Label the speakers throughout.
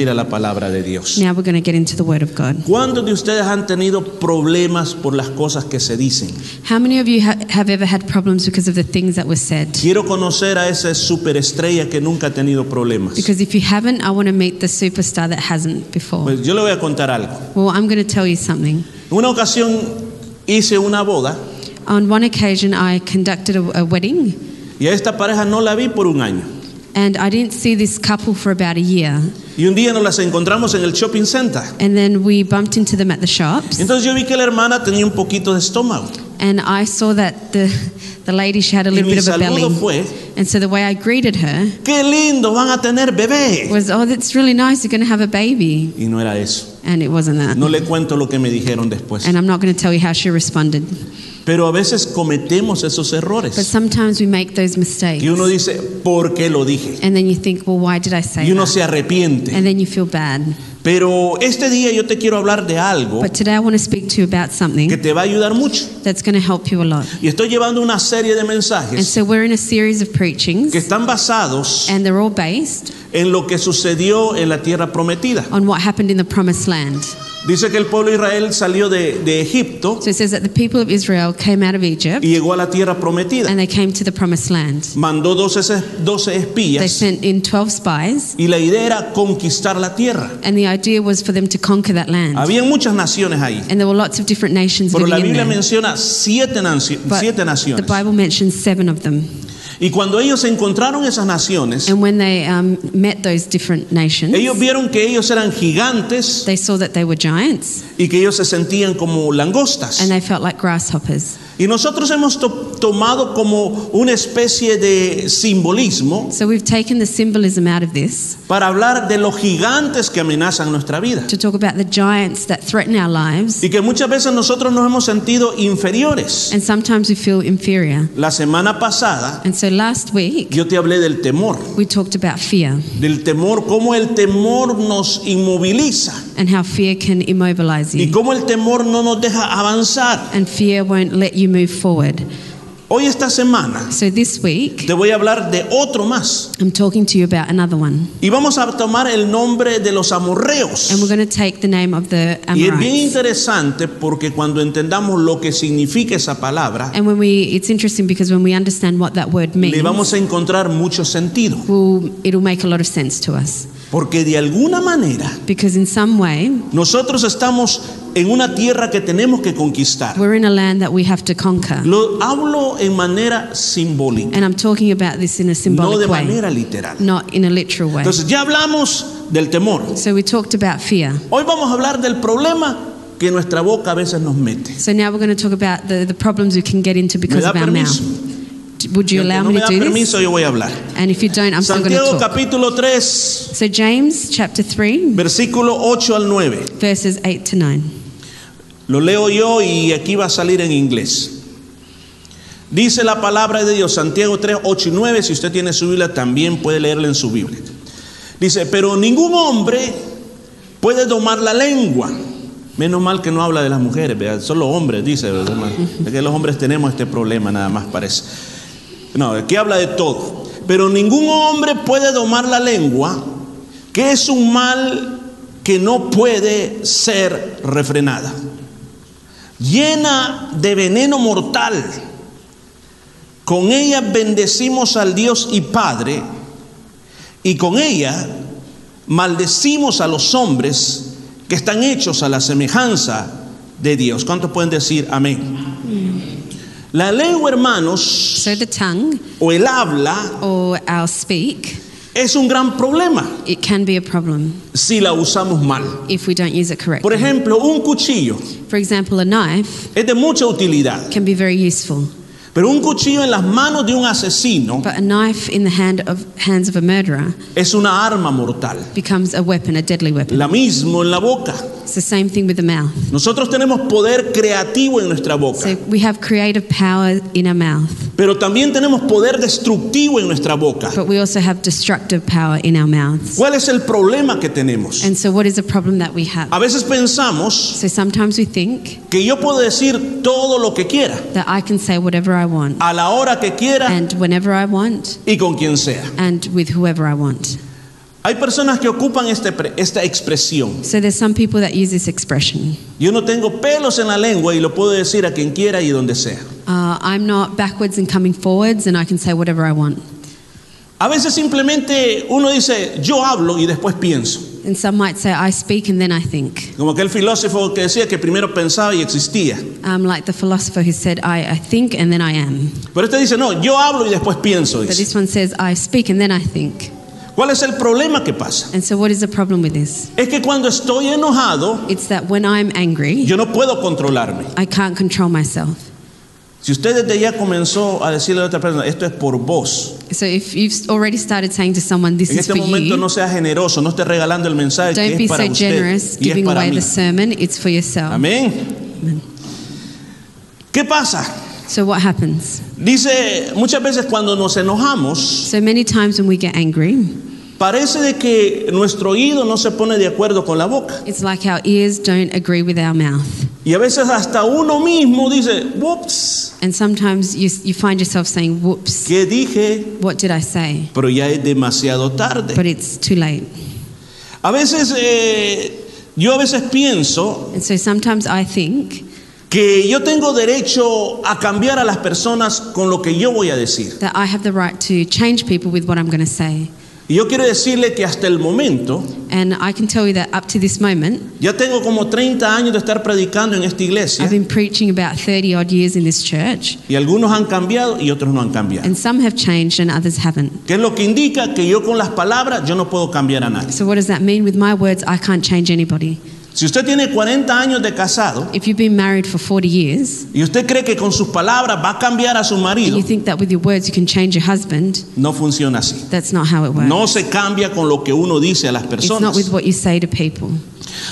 Speaker 1: ir a la palabra de Dios.
Speaker 2: Now we're going to get into the Word of God.
Speaker 1: ¿Cuántos de ustedes han tenido problemas por las cosas que se dicen?
Speaker 2: How many of you ha- have ever had problems because of the things that were said?
Speaker 1: Quiero conocer a esa superestrella que nunca ha tenido problemas.
Speaker 2: Because if you haven't, I want to meet the superstar that hasn't before.
Speaker 1: Pues yo le voy a contar algo.
Speaker 2: Well, I'm going to tell you something.
Speaker 1: En una ocasión hice una boda
Speaker 2: On one occasion, I conducted a, a wedding,
Speaker 1: y a esta pareja no la vi por un año.
Speaker 2: and I didn't see this couple for about a year.
Speaker 1: Y un día nos las encontramos en el shopping center.
Speaker 2: And then we bumped into them at the shops,
Speaker 1: Entonces yo vi que la hermana tenía un poquito de estómago.
Speaker 2: and I saw that the, the lady, she had a
Speaker 1: Y
Speaker 2: little
Speaker 1: mi
Speaker 2: bit of a
Speaker 1: saludo
Speaker 2: belly.
Speaker 1: fue,
Speaker 2: And so the way I greeted her
Speaker 1: qué lindo, van a tener bebé.
Speaker 2: was, oh, that's really nice, you're going to have a baby.
Speaker 1: Y no era eso.
Speaker 2: And it wasn't that.
Speaker 1: No le cuento lo que me dijeron después.
Speaker 2: And I'm not going to tell you how she responded.
Speaker 1: Pero a veces cometemos esos errores.
Speaker 2: But sometimes we make those mistakes.
Speaker 1: Y uno dice, ¿por qué lo dije?
Speaker 2: and then you think, well, why did I say
Speaker 1: Y uno
Speaker 2: that?
Speaker 1: se arrepiente.
Speaker 2: And then you feel bad.
Speaker 1: Pero este día yo te quiero hablar de algo
Speaker 2: But today I want to speak to you about
Speaker 1: que
Speaker 2: something
Speaker 1: te va a ayudar mucho.
Speaker 2: that's going to help you a lot.
Speaker 1: Y estoy llevando una serie de
Speaker 2: And
Speaker 1: mensajes
Speaker 2: so we're in a series of
Speaker 1: que
Speaker 2: preachings,
Speaker 1: están basados
Speaker 2: and they're all based
Speaker 1: en lo que sucedió en la tierra prometida.
Speaker 2: on what happened in the promised land.
Speaker 1: Dice que el pueblo de Israel salió de, de Egipto
Speaker 2: So it says that the people of Israel came out of Egypt
Speaker 1: y llegó a la tierra prometida.
Speaker 2: and they came to the promised land.
Speaker 1: Mandó 12, es- 12
Speaker 2: They
Speaker 1: espías
Speaker 2: sent in 12 spies,
Speaker 1: y la idea era conquistar la tierra.
Speaker 2: and the idea was for them to conquer that land.
Speaker 1: Habían muchas naciones ahí,
Speaker 2: And there were lots of different nations
Speaker 1: pero la
Speaker 2: living in
Speaker 1: Biblia
Speaker 2: there.
Speaker 1: menciona siete, nanci-
Speaker 2: But
Speaker 1: siete
Speaker 2: the
Speaker 1: naciones.
Speaker 2: Bible mentions seven of them.
Speaker 1: Y cuando ellos encontraron esas naciones,
Speaker 2: And when they um, met those different nations,
Speaker 1: Ellos vieron que ellos eran gigantes
Speaker 2: they saw that they were giants
Speaker 1: y que ellos se sentían como langostas.
Speaker 2: and they felt like grasshoppers.
Speaker 1: Y nosotros hemos to- tomado como una especie de simbolismo
Speaker 2: So we've taken the symbolism out of this
Speaker 1: para hablar de los gigantes que amenazan nuestra vida.
Speaker 2: to talk about the giants that threaten our lives,
Speaker 1: Y que muchas veces nosotros nos hemos sentido inferiores.
Speaker 2: and sometimes we feel inferior.
Speaker 1: La semana pasada
Speaker 2: And so last week,
Speaker 1: yo te hablé del temor,
Speaker 2: we talked about fear
Speaker 1: del temor, cómo el temor nos inmoviliza
Speaker 2: and how fear can immobilize
Speaker 1: y
Speaker 2: you,
Speaker 1: cómo el temor no nos deja avanzar.
Speaker 2: and fear won't let you move forward.
Speaker 1: Hoy esta semana
Speaker 2: So this week,
Speaker 1: te voy a hablar de otro más.
Speaker 2: I'm talking to you about another one,
Speaker 1: Y vamos a tomar el nombre de los
Speaker 2: and we're
Speaker 1: amorreos.
Speaker 2: going to take the name of the
Speaker 1: Y es bien
Speaker 2: Amorites.
Speaker 1: interesante porque cuando entendamos lo que significa esa palabra,
Speaker 2: And when we, it's interesting because when we understand what that word means,
Speaker 1: le vamos a encontrar mucho sentido.
Speaker 2: will it'll make a lot of sense to us
Speaker 1: Porque de alguna manera
Speaker 2: because in some way
Speaker 1: nosotros estamos en una tierra que tenemos que conquistar.
Speaker 2: we're in a land that we have to conquer
Speaker 1: Lo hablo en manera simbólica,
Speaker 2: and i'm talking about this in a
Speaker 1: no de
Speaker 2: symbolic way
Speaker 1: manera literal.
Speaker 2: not in a literal way
Speaker 1: Entonces ya hablamos del temor.
Speaker 2: so we talked about fear
Speaker 1: Hoy vamos a hablar del problema que nuestra boca a veces nos mete.
Speaker 2: so now we're going to talk about the, the problems we can get into because
Speaker 1: da
Speaker 2: of our
Speaker 1: permiso?
Speaker 2: mouth D- would
Speaker 1: Y
Speaker 2: you
Speaker 1: aunque
Speaker 2: allow
Speaker 1: no
Speaker 2: me
Speaker 1: me
Speaker 2: to
Speaker 1: da
Speaker 2: do this
Speaker 1: permiso, yo voy a hablar.
Speaker 2: and if you don't i'm still going
Speaker 1: Santiago
Speaker 2: to talk
Speaker 1: capítulo 3,
Speaker 2: so james chapter 3
Speaker 1: versículo 8 al 9.
Speaker 2: verses 8 to 9
Speaker 1: Lo leo yo y aquí va a salir en inglés. Dice la palabra de Dios, Santiago 3, 8 y 9. Si usted tiene su Biblia, también puede leerla en su Biblia. Dice, pero ningún hombre puede domar la lengua. Menos mal que no habla de las mujeres, ¿verdad? solo hombres, dice. ¿verdad, hermano? Es que los hombres tenemos este problema, nada más parece. No, aquí habla de todo. Pero ningún hombre puede domar la lengua, que es un mal que no puede ser refrenada. Llena de veneno mortal. Con ella bendecimos al Dios y Padre, y con ella maldecimos a los hombres que están hechos a la semejanza de Dios. ¿Cuántos pueden decir amén? La lengua, hermanos,
Speaker 2: so the tongue
Speaker 1: o el habla
Speaker 2: or our speak
Speaker 1: es un gran problema
Speaker 2: it can be a problem
Speaker 1: si la usamos mal.
Speaker 2: if we don't use it
Speaker 1: Por
Speaker 2: correctly
Speaker 1: ejemplo, un cuchillo
Speaker 2: for example a knife
Speaker 1: es de mucha utilidad,
Speaker 2: can be very useful,
Speaker 1: pero un cuchillo en las manos de un asesino
Speaker 2: but a knife in the hand of hands of a murderer
Speaker 1: es una arma mortal.
Speaker 2: becomes a weapon, a deadly weapon.
Speaker 1: La mismo en la boca.
Speaker 2: It's the same thing with the mouth.
Speaker 1: Nosotros tenemos poder creativo en nuestra
Speaker 2: So
Speaker 1: boca,
Speaker 2: we have creative power in our mouth,
Speaker 1: pero también tenemos poder destructivo en nuestra boca.
Speaker 2: but we also have destructive power in our mouths.
Speaker 1: ¿Cuál es el problema que tenemos?
Speaker 2: And so what is the problem that we have?
Speaker 1: A veces pensamos
Speaker 2: So sometimes we think
Speaker 1: que yo puedo decir todo lo que quiera,
Speaker 2: that I can say whatever I want
Speaker 1: a la hora que quiera
Speaker 2: and whenever I want
Speaker 1: y con quien sea.
Speaker 2: and with whoever I want.
Speaker 1: Hay personas que ocupan este pre- esta expresión.
Speaker 2: So there's some people that use this expression.
Speaker 1: Yo no tengo pelos en la lengua y lo puedo decir a quien quiera y donde sea.
Speaker 2: Uh, I'm not backwards and coming forwards, and I can say whatever I want.
Speaker 1: A veces simplemente uno dice, yo hablo y después pienso.
Speaker 2: And some might say I speak and then I think,
Speaker 1: Como aquel filósofo que decía que primero pensaba y existía.
Speaker 2: um, like the philosopher who said I, I think and then I am.
Speaker 1: Pero este dice, no, yo hablo y después pienso.
Speaker 2: But
Speaker 1: dice.
Speaker 2: this one says I speak and then I think.
Speaker 1: ¿Cuál es el problema que pasa?
Speaker 2: And so what is the problem with this?
Speaker 1: Es que cuando estoy enojado,
Speaker 2: It's that when I'm angry,
Speaker 1: yo no puedo controlarme.
Speaker 2: I can't control myself.
Speaker 1: Si usted desde ya comenzó a decirle a otra persona, esto es por vos.
Speaker 2: So if you've already started saying to someone this
Speaker 1: En
Speaker 2: is
Speaker 1: este
Speaker 2: for
Speaker 1: momento
Speaker 2: you,
Speaker 1: no sea generoso, no esté regalando el mensaje
Speaker 2: don't
Speaker 1: que
Speaker 2: be
Speaker 1: es para
Speaker 2: so
Speaker 1: usted
Speaker 2: generous
Speaker 1: y es
Speaker 2: giving
Speaker 1: para
Speaker 2: away
Speaker 1: mí.
Speaker 2: the sermon, it's for yourself.
Speaker 1: Amén. ¿Qué pasa?
Speaker 2: So what happens?
Speaker 1: Dice, muchas veces cuando nos enojamos,
Speaker 2: So many times when we get angry,
Speaker 1: parece de que nuestro oído no se pone de acuerdo con la boca.
Speaker 2: it's like our ears don't agree with our mouth.
Speaker 1: Y a veces hasta uno mismo dice, "Ups,
Speaker 2: And sometimes you, you find yourself saying, whoops,
Speaker 1: ¿qué dije?"
Speaker 2: what did I say?
Speaker 1: Pero ya es demasiado tarde.
Speaker 2: But it's too late.
Speaker 1: A veces, eh, yo a veces pienso
Speaker 2: And so sometimes I think
Speaker 1: que yo tengo derecho a cambiar a las personas con lo que yo voy a decir.
Speaker 2: that I have the right to change people with what I'm going to say.
Speaker 1: Y yo quiero decirle que hasta el momento,
Speaker 2: And I can tell you that up to this moment,
Speaker 1: ya tengo como 30 años de estar predicando en esta
Speaker 2: I've
Speaker 1: iglesia
Speaker 2: been preaching about 30 odd years in this church,
Speaker 1: y algunos han cambiado y otros no han cambiado.
Speaker 2: and some have changed and others haven't.
Speaker 1: Que es lo que indica que yo con las palabras yo no puedo cambiar a nadie.
Speaker 2: So, what does that mean? With my words, I can't change anybody.
Speaker 1: Si usted tiene 40 años de casado
Speaker 2: If you've been married for 40 years
Speaker 1: y usted cree que con sus palabras va a cambiar a su
Speaker 2: and
Speaker 1: marido,
Speaker 2: you think that with your words you can change your husband,
Speaker 1: no funciona así.
Speaker 2: that's not how it works.
Speaker 1: No se cambia con lo que uno dice a las
Speaker 2: it's not with
Speaker 1: personas.
Speaker 2: what you say to people.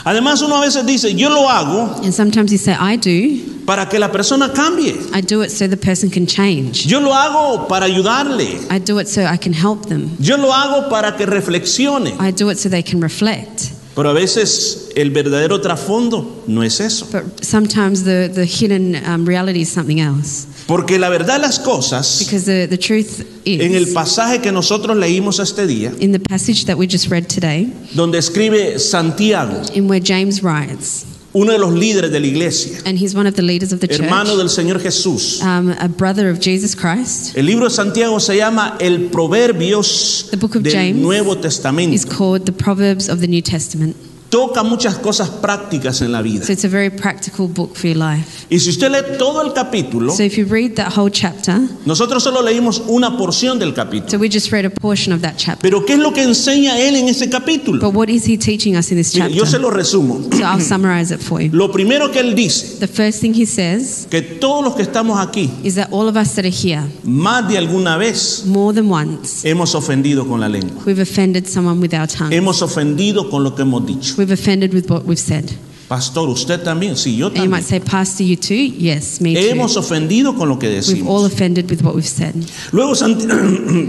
Speaker 1: Además, uno a veces dice, yo lo hago
Speaker 2: And sometimes you say, I do.
Speaker 1: para que la persona cambie.
Speaker 2: I do it so the person can change.
Speaker 1: Yo lo hago para ayudarle.
Speaker 2: I do it so I can help them.
Speaker 1: Yo lo hago para que reflexione.
Speaker 2: I do it so they can reflect.
Speaker 1: Pero a veces el verdadero trasfondo no es eso.
Speaker 2: But sometimes the, the hidden um, reality is something else.
Speaker 1: Porque la verdad de las cosas,
Speaker 2: Because the, the truth
Speaker 1: en el
Speaker 2: is,
Speaker 1: pasaje que nosotros leímos este día,
Speaker 2: in the passage that we just read today,
Speaker 1: donde escribe Santiago,
Speaker 2: in where James writes,
Speaker 1: uno de los líderes de la iglesia,
Speaker 2: and he's one of the leaders of the
Speaker 1: hermano
Speaker 2: church,
Speaker 1: del Señor Jesús.
Speaker 2: um, a brother of Jesus Christ,
Speaker 1: El libro de Santiago se llama El Proverbios
Speaker 2: The Book of James
Speaker 1: del Nuevo
Speaker 2: is
Speaker 1: Testamento.
Speaker 2: called the Proverbs of the New Testament.
Speaker 1: Toca muchas cosas prácticas en la vida.
Speaker 2: So it's a very practical book for your life.
Speaker 1: Y si usted lee todo el capítulo,
Speaker 2: So if you read that whole chapter,
Speaker 1: nosotros solo leímos una porción del capítulo.
Speaker 2: so we just read a portion of that chapter.
Speaker 1: Pero ¿qué es lo que enseña él en ese
Speaker 2: But
Speaker 1: capítulo?
Speaker 2: what is he teaching us in this
Speaker 1: Mire,
Speaker 2: chapter?
Speaker 1: yo se lo resumo.
Speaker 2: So I'll summarize it for you.
Speaker 1: Lo primero que él dice,
Speaker 2: The first thing he says
Speaker 1: que todos los que estamos aquí,
Speaker 2: is that all of us that are here,
Speaker 1: más de alguna vez
Speaker 2: more than once,
Speaker 1: hemos ofendido con la lengua.
Speaker 2: we've offended someone with our tongue.
Speaker 1: Hemos ofendido con lo que hemos dicho.
Speaker 2: We've offended with what we've said.
Speaker 1: Pastor, usted también, sí, yo
Speaker 2: And you
Speaker 1: también.
Speaker 2: might say, Pastor, you too? Yes, me too.
Speaker 1: Hemos ofendido con lo que
Speaker 2: We've all
Speaker 1: decimos.
Speaker 2: offended with what we've said.
Speaker 1: Luego, Sant-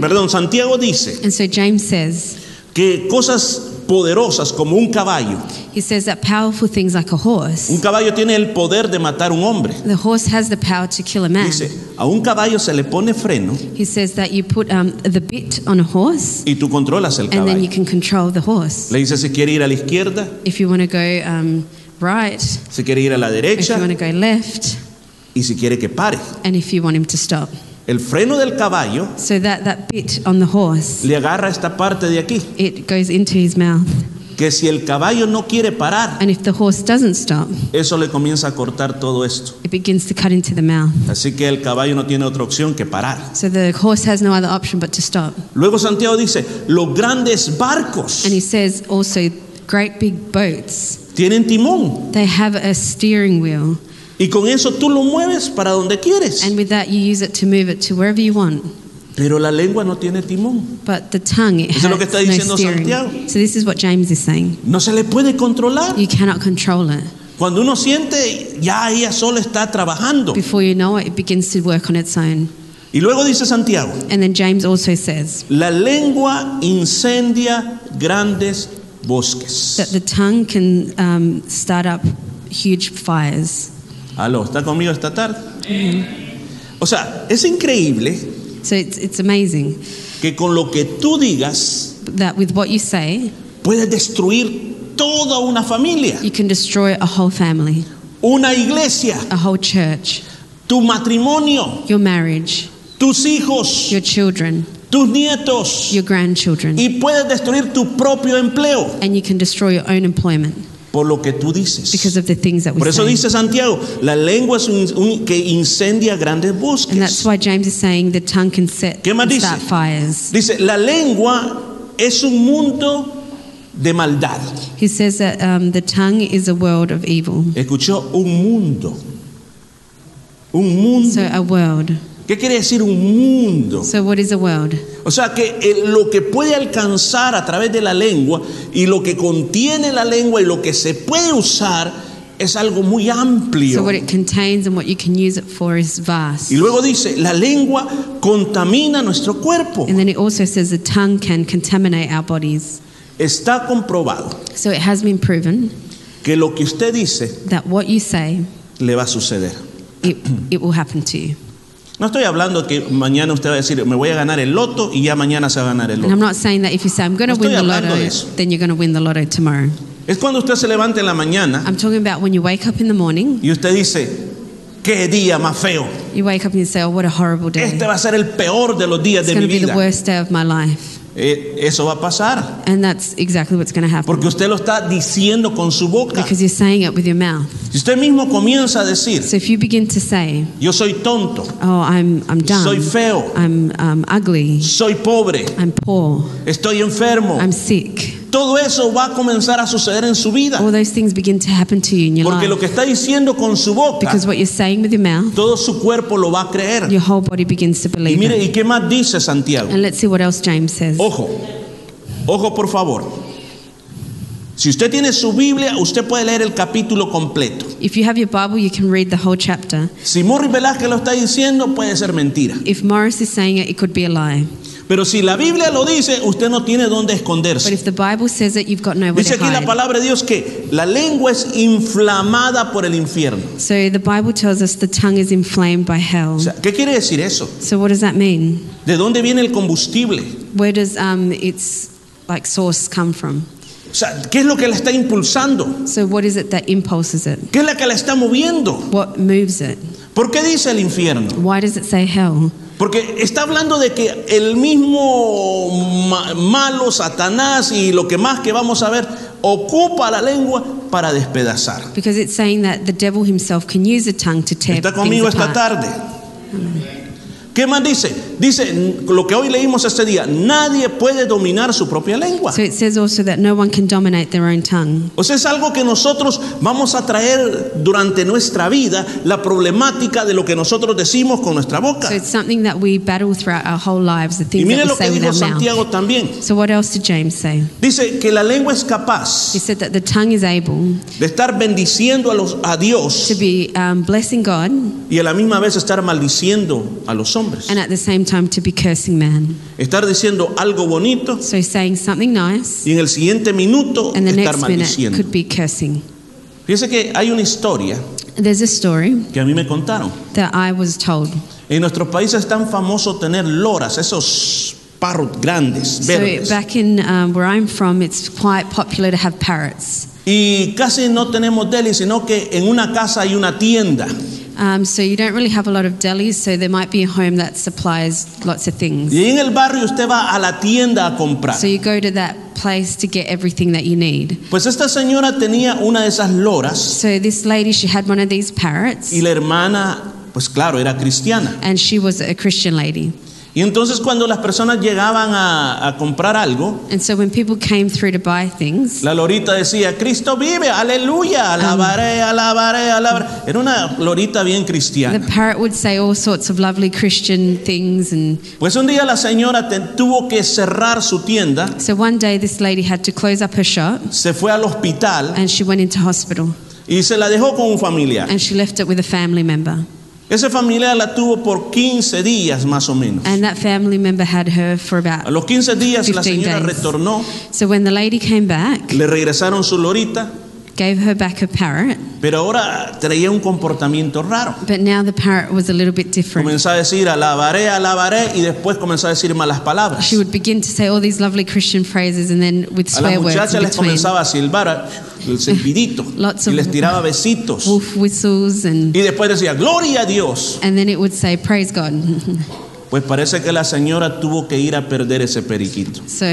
Speaker 1: perdón, Santiago dice
Speaker 2: And so James says,
Speaker 1: que cosas poderosas como un caballo,
Speaker 2: he says that powerful things like a
Speaker 1: un
Speaker 2: horse,
Speaker 1: caballo tiene el poder de matar un hombre.
Speaker 2: the horse has the power to kill a man.
Speaker 1: Dice, a un caballo se le pone freno
Speaker 2: He says that you put um, the bit on a horse
Speaker 1: y tú controlas el
Speaker 2: and then you
Speaker 1: caballo.
Speaker 2: can control the horse.
Speaker 1: Le dice si quiere ir a la izquierda,
Speaker 2: If you want to go um, right,
Speaker 1: si quiere ir a la
Speaker 2: if you
Speaker 1: derecha
Speaker 2: want to go left,
Speaker 1: y si quiere que pare.
Speaker 2: and if you want him to stop.
Speaker 1: El freno del caballo
Speaker 2: So that, that bit on the horse,
Speaker 1: le agarra esta parte de aquí,
Speaker 2: it goes into his mouth.
Speaker 1: que si el caballo no quiere parar,
Speaker 2: And if the horse doesn't stop,
Speaker 1: eso le comienza a cortar todo esto.
Speaker 2: it begins to cut into the mouth.
Speaker 1: Así que el caballo no tiene otra opción que parar.
Speaker 2: So the horse has no other option but to stop.
Speaker 1: Luego Santiago dice, los grandes barcos
Speaker 2: And he says also, great big boats,
Speaker 1: tienen timón
Speaker 2: they have a steering wheel.
Speaker 1: y con eso tú lo mueves para donde quieres.
Speaker 2: And with that, you use it to move it to wherever you want.
Speaker 1: Pero la lengua no tiene timón.
Speaker 2: But the tongue, it
Speaker 1: Eso es
Speaker 2: has
Speaker 1: lo que está diciendo
Speaker 2: no steering.
Speaker 1: Santiago.
Speaker 2: So this is what James is saying.
Speaker 1: No se le puede controlar.
Speaker 2: You cannot control it.
Speaker 1: Cuando uno siente, ya ella solo está trabajando.
Speaker 2: Before you know it, it begins to work on its own.
Speaker 1: Y luego dice Santiago,
Speaker 2: And then James also says
Speaker 1: la lengua incendia grandes bosques.
Speaker 2: that the tongue can um, start up huge fires.
Speaker 1: Aló, ¿está conmigo esta tarde? O sea, es increíble
Speaker 2: So it's, it's amazing
Speaker 1: que con lo que tú digas,
Speaker 2: that with what you say,
Speaker 1: puedes destruir toda una familia,
Speaker 2: you can destroy a whole family,
Speaker 1: una iglesia,
Speaker 2: a whole church,
Speaker 1: tu matrimonio,
Speaker 2: your marriage,
Speaker 1: tus hijos,
Speaker 2: your children,
Speaker 1: tus nietos,
Speaker 2: your grandchildren,
Speaker 1: y puedes destruir tu propio empleo
Speaker 2: and you can destroy your own employment
Speaker 1: por lo que tú
Speaker 2: because
Speaker 1: dices.
Speaker 2: of the things that we
Speaker 1: Por eso
Speaker 2: say.
Speaker 1: dice Santiago, la lengua es un, un- que incendia grandes
Speaker 2: And
Speaker 1: bosques.
Speaker 2: that's why James is saying the tongue can set
Speaker 1: ¿Qué más
Speaker 2: and
Speaker 1: dice?
Speaker 2: start fires.
Speaker 1: Dice, la lengua es un mundo de maldad.
Speaker 2: He says that um, the tongue is a world of evil.
Speaker 1: Escuchó un mundo. Un mundo.
Speaker 2: So, a world.
Speaker 1: ¿Qué quiere decir un mundo?
Speaker 2: So, what is a world?
Speaker 1: O sea que eh, lo que puede alcanzar a través de la lengua y lo que contiene la lengua y lo que se puede usar es algo muy
Speaker 2: So,
Speaker 1: amplio.
Speaker 2: what it contains and what you can use it for is vast.
Speaker 1: Y luego dice, la lengua contamina nuestro cuerpo.
Speaker 2: And then it also says the tongue can contaminate our bodies.
Speaker 1: Está comprobado
Speaker 2: So, it has been proven
Speaker 1: que lo que usted dice
Speaker 2: that what you say,
Speaker 1: le va a suceder.
Speaker 2: it, it will happen to you.
Speaker 1: No estoy hablando que mañana usted va a decir, me voy a ganar el loto y ya mañana se va a ganar el
Speaker 2: And I'm
Speaker 1: loto.
Speaker 2: not saying that if you say, I'm going to
Speaker 1: No
Speaker 2: win
Speaker 1: estoy
Speaker 2: the
Speaker 1: hablando
Speaker 2: lotto,
Speaker 1: de eso.
Speaker 2: then you're going to win the lotto tomorrow.
Speaker 1: Es cuando usted se levanta en la mañana
Speaker 2: I'm talking about when you wake up in the morning,
Speaker 1: y usted dice, qué día más feo.
Speaker 2: you wake up and you say, Oh, what a horrible day.
Speaker 1: Este va a ser el peor de los días
Speaker 2: It's
Speaker 1: de mi
Speaker 2: going to be the
Speaker 1: vida.
Speaker 2: worst day of my life.
Speaker 1: Eh, eso va a pasar.
Speaker 2: And that's exactly what's going to happen.
Speaker 1: Porque usted lo está diciendo con su boca.
Speaker 2: Because you're saying it with your mouth.
Speaker 1: Si usted mismo comienza a decir,
Speaker 2: So if you begin to say,
Speaker 1: yo soy tonto,
Speaker 2: Oh, I'm, I'm dumb.
Speaker 1: soy feo,
Speaker 2: I'm um, ugly.
Speaker 1: soy pobre,
Speaker 2: I'm poor.
Speaker 1: estoy enfermo,
Speaker 2: I'm sick.
Speaker 1: todo eso va a comenzar a suceder en su vida.
Speaker 2: All those things begin to happen to you in your
Speaker 1: Porque lo
Speaker 2: life.
Speaker 1: que está diciendo con su boca,
Speaker 2: Because what you're saying with your mouth,
Speaker 1: todo su cuerpo lo va a creer.
Speaker 2: your whole body begins to
Speaker 1: Y
Speaker 2: believe
Speaker 1: mire, Oh.
Speaker 2: it.
Speaker 1: ¿y qué más dice Santiago?
Speaker 2: And let's see what else James says.
Speaker 1: Ojo, ojo por favor. Si usted tiene su Biblia, usted puede leer el capítulo completo.
Speaker 2: If you have your Bible, you can read the whole chapter.
Speaker 1: Si Morris Velázquez lo está diciendo, puede ser mentira.
Speaker 2: If Morris is saying it, it could be a lie.
Speaker 1: Pero si la Biblia lo dice, usted no tiene dónde
Speaker 2: But
Speaker 1: esconderse.
Speaker 2: if the Bible says it, you've got nowhere
Speaker 1: Dice
Speaker 2: to
Speaker 1: aquí la
Speaker 2: hide.
Speaker 1: palabra de Dios que la lengua es inflamada por el infierno.
Speaker 2: So the Bible tells us the tongue is inflamed by
Speaker 1: O
Speaker 2: hell.
Speaker 1: sea, ¿qué quiere decir eso?
Speaker 2: So what does that mean?
Speaker 1: ¿De dónde viene el combustible?
Speaker 2: Where does um, its like source come from?
Speaker 1: O sea, ¿qué es lo que la está impulsando?
Speaker 2: So what is it that impulses it?
Speaker 1: ¿Qué es la que la está moviendo?
Speaker 2: What moves it?
Speaker 1: ¿Por qué dice el infierno?
Speaker 2: Why does it say hell?
Speaker 1: Porque está hablando de que el mismo ma- malo, Satanás y lo que más que vamos a ver, ocupa la lengua para despedazar.
Speaker 2: Because it's saying that the devil himself can use a tongue to tear
Speaker 1: Está
Speaker 2: things
Speaker 1: conmigo esta
Speaker 2: apart.
Speaker 1: tarde. ¿Qué más dice? Dice n- lo que hoy leímos este día, nadie puede dominar su propia lengua.
Speaker 2: So it says also that no one can dominate their own tongue.
Speaker 1: O sea, es algo que nosotros vamos a traer durante nuestra vida, la problemática de lo que nosotros decimos con nuestra boca.
Speaker 2: So it's something that we battle throughout our whole lives, the
Speaker 1: Y
Speaker 2: things
Speaker 1: mire
Speaker 2: that we
Speaker 1: lo que
Speaker 2: say with
Speaker 1: dijo
Speaker 2: our mouth.
Speaker 1: Santiago también.
Speaker 2: So what else did James say?
Speaker 1: Dice que la lengua es capaz
Speaker 2: He said that the tongue is able
Speaker 1: de estar bendiciendo a, los, a
Speaker 2: to
Speaker 1: Dios
Speaker 2: be um, blessing God and
Speaker 1: y a la misma vez estar maldiciendo a los hombres.
Speaker 2: at the same time to be cursing man.
Speaker 1: Estar diciendo algo bonito
Speaker 2: So saying something nice
Speaker 1: y en el siguiente minuto
Speaker 2: and the
Speaker 1: estar
Speaker 2: next minute
Speaker 1: maldiciendo.
Speaker 2: could be cursing.
Speaker 1: Fíjese que hay una historia
Speaker 2: There's a story
Speaker 1: que a mí me contaron.
Speaker 2: that I was told.
Speaker 1: En nuestros países es tan famoso tener loras, esos parrot grandes,
Speaker 2: So
Speaker 1: verdes.
Speaker 2: back in um, where I'm from, it's quite popular to have parrots.
Speaker 1: y casi no tenemos deli, sino que en una casa hay una tienda.
Speaker 2: Um, so you don't really have a lot of delis, so there might be a home that supplies lots of things.
Speaker 1: Y ahí en el barrio usted va a la tienda a comprar.
Speaker 2: So you go to that place to get everything that you need.
Speaker 1: Pues esta señora tenía una de esas loras
Speaker 2: So this lady, she had one of these parrots,
Speaker 1: y la hermana, pues claro, era cristiana.
Speaker 2: and she was a Christian lady.
Speaker 1: Y entonces cuando las personas llegaban a, a comprar algo,
Speaker 2: And so when people came through to buy things,
Speaker 1: la lorita decía, Cristo vive, aleluya, alabaré, alabaré, alabaré. Era una lorita bien
Speaker 2: the
Speaker 1: cristiana.
Speaker 2: parrot would say all sorts of lovely Christian things. And
Speaker 1: Pues un día la señora te- tuvo que cerrar su tienda,
Speaker 2: so one day this lady had to close up her shop,
Speaker 1: se fue al hospital
Speaker 2: and she went into hospital,
Speaker 1: y se la dejó con un familiar.
Speaker 2: and she left it with a family member.
Speaker 1: Ese familiar la tuvo por 15 días más o menos.
Speaker 2: And that family member had her for
Speaker 1: A
Speaker 2: about.
Speaker 1: los 15 días la
Speaker 2: 15
Speaker 1: señora
Speaker 2: days.
Speaker 1: retornó,
Speaker 2: So when the lady came back,
Speaker 1: le regresaron su lorita
Speaker 2: gave her back her parrot,
Speaker 1: Pero ahora traía un comportamiento raro.
Speaker 2: But now the parrot was a little bit different.
Speaker 1: Comenzaba a decir alabaré, alabaré y después comenzaba a decir malas palabras.
Speaker 2: She would begin to say all these lovely Christian phrases and then with
Speaker 1: A las
Speaker 2: swear words
Speaker 1: muchachas
Speaker 2: in
Speaker 1: les
Speaker 2: between.
Speaker 1: comenzaba a silbar el silbidito
Speaker 2: Lots
Speaker 1: y
Speaker 2: of- Oh.
Speaker 1: les tiraba besitos.
Speaker 2: Wolf whistles and
Speaker 1: Y después decía, gloria a Dios.
Speaker 2: and then it would say praise God.
Speaker 1: Pues parece que la señora tuvo que ir a perder ese periquito.
Speaker 2: so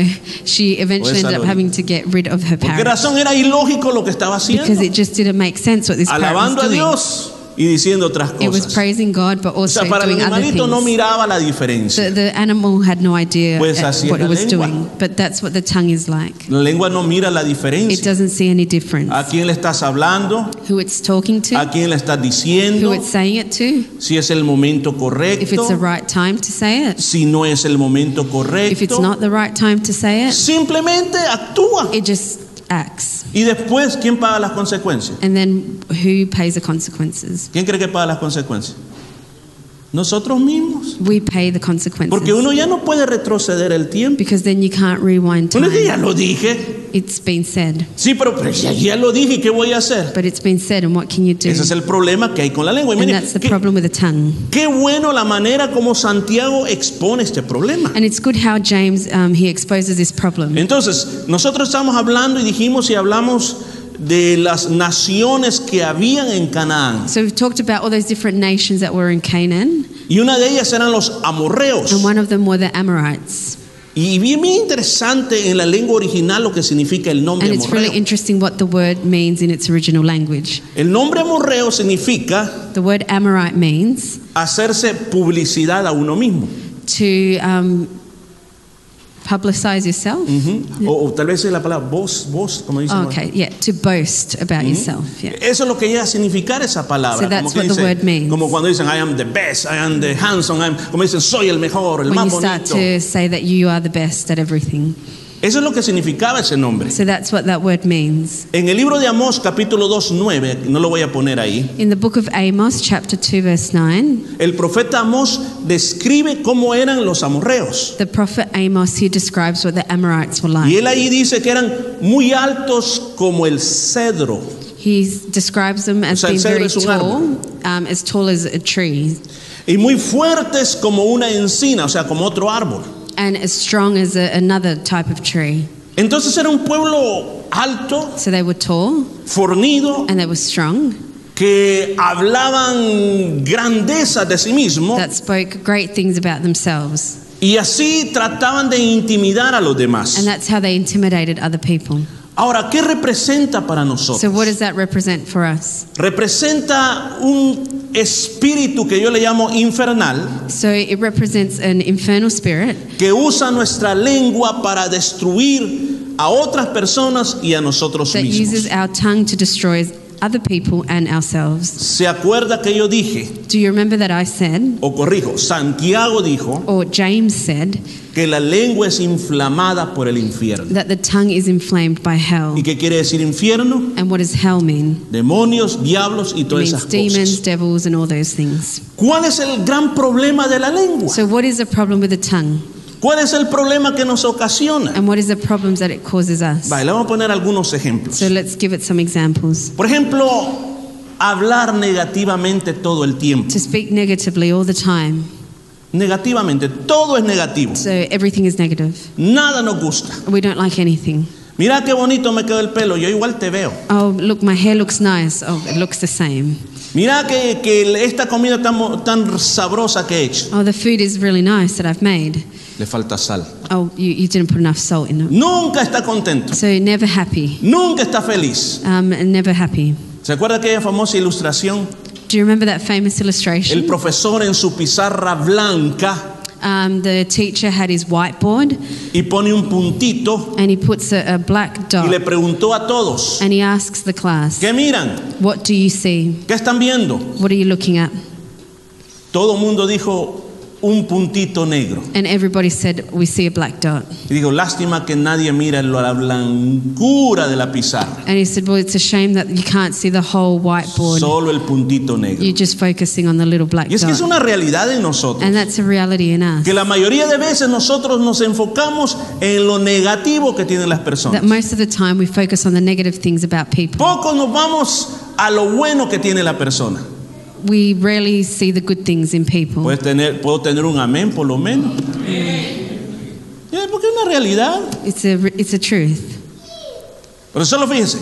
Speaker 2: she eventually ended up
Speaker 1: Salud.
Speaker 2: having to get rid of her
Speaker 1: ¿Por qué
Speaker 2: parrot
Speaker 1: razón era ilógico lo que estaba
Speaker 2: because
Speaker 1: haciendo?
Speaker 2: it just didn't make sense what this parrot
Speaker 1: Alabando a
Speaker 2: was doing.
Speaker 1: Dios y diciendo otras
Speaker 2: It was
Speaker 1: cosas.
Speaker 2: praising God but
Speaker 1: O
Speaker 2: also
Speaker 1: sea, para el
Speaker 2: doing other
Speaker 1: animalito
Speaker 2: things.
Speaker 1: no miraba la
Speaker 2: the,
Speaker 1: diferencia.
Speaker 2: the animal had no idea
Speaker 1: Pues
Speaker 2: uh,
Speaker 1: así es
Speaker 2: what
Speaker 1: la
Speaker 2: it was
Speaker 1: lengua.
Speaker 2: doing, but that's what the tongue is like.
Speaker 1: La lengua no mira la
Speaker 2: It
Speaker 1: diferencia.
Speaker 2: doesn't see any difference.
Speaker 1: A quién le estás hablando,
Speaker 2: Who it's talking to,
Speaker 1: a quién le estás
Speaker 2: who
Speaker 1: diciendo,
Speaker 2: it's saying it to,
Speaker 1: si es el momento
Speaker 2: if it's the
Speaker 1: correcto,
Speaker 2: right time to say it,
Speaker 1: si no es el momento
Speaker 2: if it's
Speaker 1: correcto.
Speaker 2: not the right time to say it,
Speaker 1: Simplemente actúa.
Speaker 2: it just acts.
Speaker 1: Y después, ¿quién paga las consecuencias?
Speaker 2: And then who pays the consequences?
Speaker 1: ¿Quién cree que paga las consecuencias? Nosotros mismos.
Speaker 2: We pay the consequences.
Speaker 1: Porque uno ya no puede retroceder el tiempo.
Speaker 2: because then you can't rewind
Speaker 1: Uno
Speaker 2: time.
Speaker 1: dice, ya lo dije.
Speaker 2: It's been said,
Speaker 1: Sí, pero, pero ya, ya lo dije, ¿y ¿qué voy a hacer?
Speaker 2: but it's been said, and what can you do?
Speaker 1: Ese es el problema que hay con la lengua. Y
Speaker 2: and
Speaker 1: mire,
Speaker 2: that's the
Speaker 1: qué-
Speaker 2: problem with the tongue.
Speaker 1: Qué bueno la manera como Santiago expone este problema.
Speaker 2: And it's good how James um, he exposes this problem.
Speaker 1: Entonces, nosotros estamos hablando y dijimos y hablamos de las naciones que habían en Canaán.
Speaker 2: So we've talked about all those different nations that were in Canaan,
Speaker 1: Y una de ellas eran los amorreos.
Speaker 2: and one of them were the Amorites.
Speaker 1: Y bien, bien interesante en la lengua original lo que significa el nombre
Speaker 2: And it's really
Speaker 1: amorreo.
Speaker 2: interesting what the word means in its original language.
Speaker 1: El nombre amorreo significa
Speaker 2: The word Amorite means
Speaker 1: hacerse publicidad a uno mismo.
Speaker 2: to um, publicize yourself.
Speaker 1: Ujú. o, o tal vez es la palabra vos, vos, como dicen.
Speaker 2: Oh, okay, yeah, to boast about yourself. Yeah.
Speaker 1: Eso es lo que llega a significar esa palabra.
Speaker 2: So that's
Speaker 1: como, que
Speaker 2: what the word means.
Speaker 1: como cuando dicen, I am the best, I am the handsome, I am, como dicen, soy el mejor, el
Speaker 2: When
Speaker 1: más
Speaker 2: you start
Speaker 1: bonito.
Speaker 2: to say that you are the best at everything.
Speaker 1: Eso es lo que significaba ese nombre.
Speaker 2: So that's what that word means.
Speaker 1: En el libro de Amós, capítulo 2, 9, no lo voy a poner ahí,
Speaker 2: In the book of Amos, chapter 2, verse 9,
Speaker 1: el profeta Amós describe cómo eran los amorreos.
Speaker 2: the prophet Amos he describes what the Amorites were like.
Speaker 1: Y él ahí dice que eran muy altos como el cedro.
Speaker 2: He describes them as
Speaker 1: O sea, el
Speaker 2: being
Speaker 1: cedro
Speaker 2: very
Speaker 1: es un
Speaker 2: tall, um, as tall as a tree,
Speaker 1: Y muy fuertes como una encina, o sea, como otro árbol.
Speaker 2: and as strong as a, another type of tree.
Speaker 1: Entonces era un pueblo alto,
Speaker 2: So they were tall
Speaker 1: fornido,
Speaker 2: and they were strong,
Speaker 1: que hablaban grandeza de sí mismo
Speaker 2: that spoke great things about themselves.
Speaker 1: y así trataban de intimidar a los
Speaker 2: And
Speaker 1: demás.
Speaker 2: that's how they intimidated other people.
Speaker 1: Ahora, ¿qué representa para
Speaker 2: So,
Speaker 1: nosotros?
Speaker 2: what does that represent for us?
Speaker 1: Representa un espíritu que yo le llamo infernal,
Speaker 2: So, it represents an infernal spirit
Speaker 1: que usa nuestra lengua para destruir a otras personas y a nosotros
Speaker 2: that
Speaker 1: mismos.
Speaker 2: uses our tongue to destroy other people and ourselves.
Speaker 1: ¿Se acuerda que yo dije,
Speaker 2: Do you remember that I said,
Speaker 1: o corrijo, Santiago dijo
Speaker 2: or James said,
Speaker 1: que la lengua es inflamada por el infierno?
Speaker 2: that the tongue is inflamed by hell?
Speaker 1: ¿Y qué quiere decir infierno?
Speaker 2: And what does hell mean?
Speaker 1: demonios, diablos y
Speaker 2: It
Speaker 1: todas
Speaker 2: means
Speaker 1: esas
Speaker 2: demons,
Speaker 1: cosas.
Speaker 2: devils, and all those things.
Speaker 1: ¿Cuál es el gran problema de la lengua?
Speaker 2: So, what is the problem with the tongue?
Speaker 1: ¿Cuál es el problema que nos ocasiona?
Speaker 2: And what is the problems that it causes us?
Speaker 1: Vale, le vamos a poner algunos ejemplos.
Speaker 2: So, let's give it some examples.
Speaker 1: Por ejemplo, hablar negativamente todo el tiempo.
Speaker 2: To speak negatively all the time.
Speaker 1: Negativamente, todo es negativo.
Speaker 2: So, everything is negative.
Speaker 1: Nada nos gusta.
Speaker 2: We don't like anything.
Speaker 1: Mira qué bonito me quedó el pelo, yo igual te veo.
Speaker 2: Oh, look, my hair looks nice. Oh, it looks the same.
Speaker 1: Mira que, que esta comida tan, mo- tan sabrosa que he hecho.
Speaker 2: Oh, the food is really nice that I've made.
Speaker 1: Le falta sal.
Speaker 2: Oh, you, you didn't put enough salt in it.
Speaker 1: Nunca está contento.
Speaker 2: So, never happy.
Speaker 1: Nunca está feliz.
Speaker 2: Um, and never happy.
Speaker 1: ¿Se acuerda aquella famosa ilustración
Speaker 2: Do you remember that famous
Speaker 1: El
Speaker 2: illustration?
Speaker 1: profesor en su pizarra blanca
Speaker 2: Um, the teacher had his whiteboard
Speaker 1: y pone un puntito
Speaker 2: and he puts a, a black
Speaker 1: y le
Speaker 2: dot
Speaker 1: preguntó a todos,
Speaker 2: and he asks the class,
Speaker 1: ¿qué miran?
Speaker 2: What do you see?
Speaker 1: ¿Qué están viendo?
Speaker 2: What are you looking at?
Speaker 1: Todo el mundo dijo, un puntito negro.
Speaker 2: And everybody said, We see a black dot.
Speaker 1: Y digo, lástima que nadie mira la blancura de la pizarra,
Speaker 2: And he said, Well, it's a shame that you can't see the whole whiteboard.
Speaker 1: solo el puntito negro.
Speaker 2: You're just focusing on the little black
Speaker 1: Y es que es
Speaker 2: dot.
Speaker 1: una realidad en nosotros,
Speaker 2: And that's a reality in us.
Speaker 1: que la mayoría de veces nosotros nos enfocamos en lo negativo que tienen las personas.
Speaker 2: That most of the time we focus on the negative things about people.
Speaker 1: Poco nos vamos a lo bueno que tiene la persona.
Speaker 2: We rarely see the good things in people.
Speaker 1: Puedes tener, puedo tener un amén por lo menos. Eh, Porque es una realidad.
Speaker 2: It's a, it's a truth.
Speaker 1: Pero solo fíjense,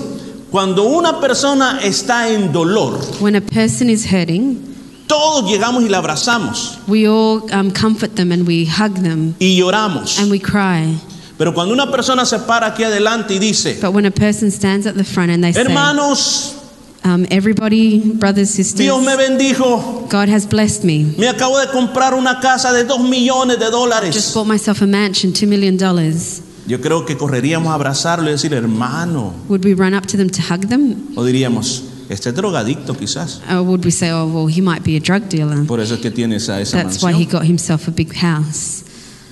Speaker 1: cuando una persona está en dolor,
Speaker 2: When a person is hurting,
Speaker 1: todos llegamos y la abrazamos
Speaker 2: we all um, comfort them and we hug them
Speaker 1: y lloramos.
Speaker 2: and we cry.
Speaker 1: Pero cuando una persona se para aquí adelante y dice,
Speaker 2: But when a person stands at the front and they say,
Speaker 1: hermanos,
Speaker 2: um, Everybody, brothers, sisters,
Speaker 1: Dios me bendijo,
Speaker 2: God has blessed me.
Speaker 1: me acabo de comprar una casa de dos millones de
Speaker 2: Just
Speaker 1: dólares.
Speaker 2: bought myself a mansion, $2 million.
Speaker 1: Yo creo que correríamos a abrazarlo y decir, hermano,
Speaker 2: Would we run up to them to hug them?
Speaker 1: o diríamos, este es drogadicto quizás,
Speaker 2: Or would we say, Oh, well, he might be a drug dealer?
Speaker 1: por eso es que tiene esa, esa
Speaker 2: That's why he
Speaker 1: mansión.
Speaker 2: got himself a big house.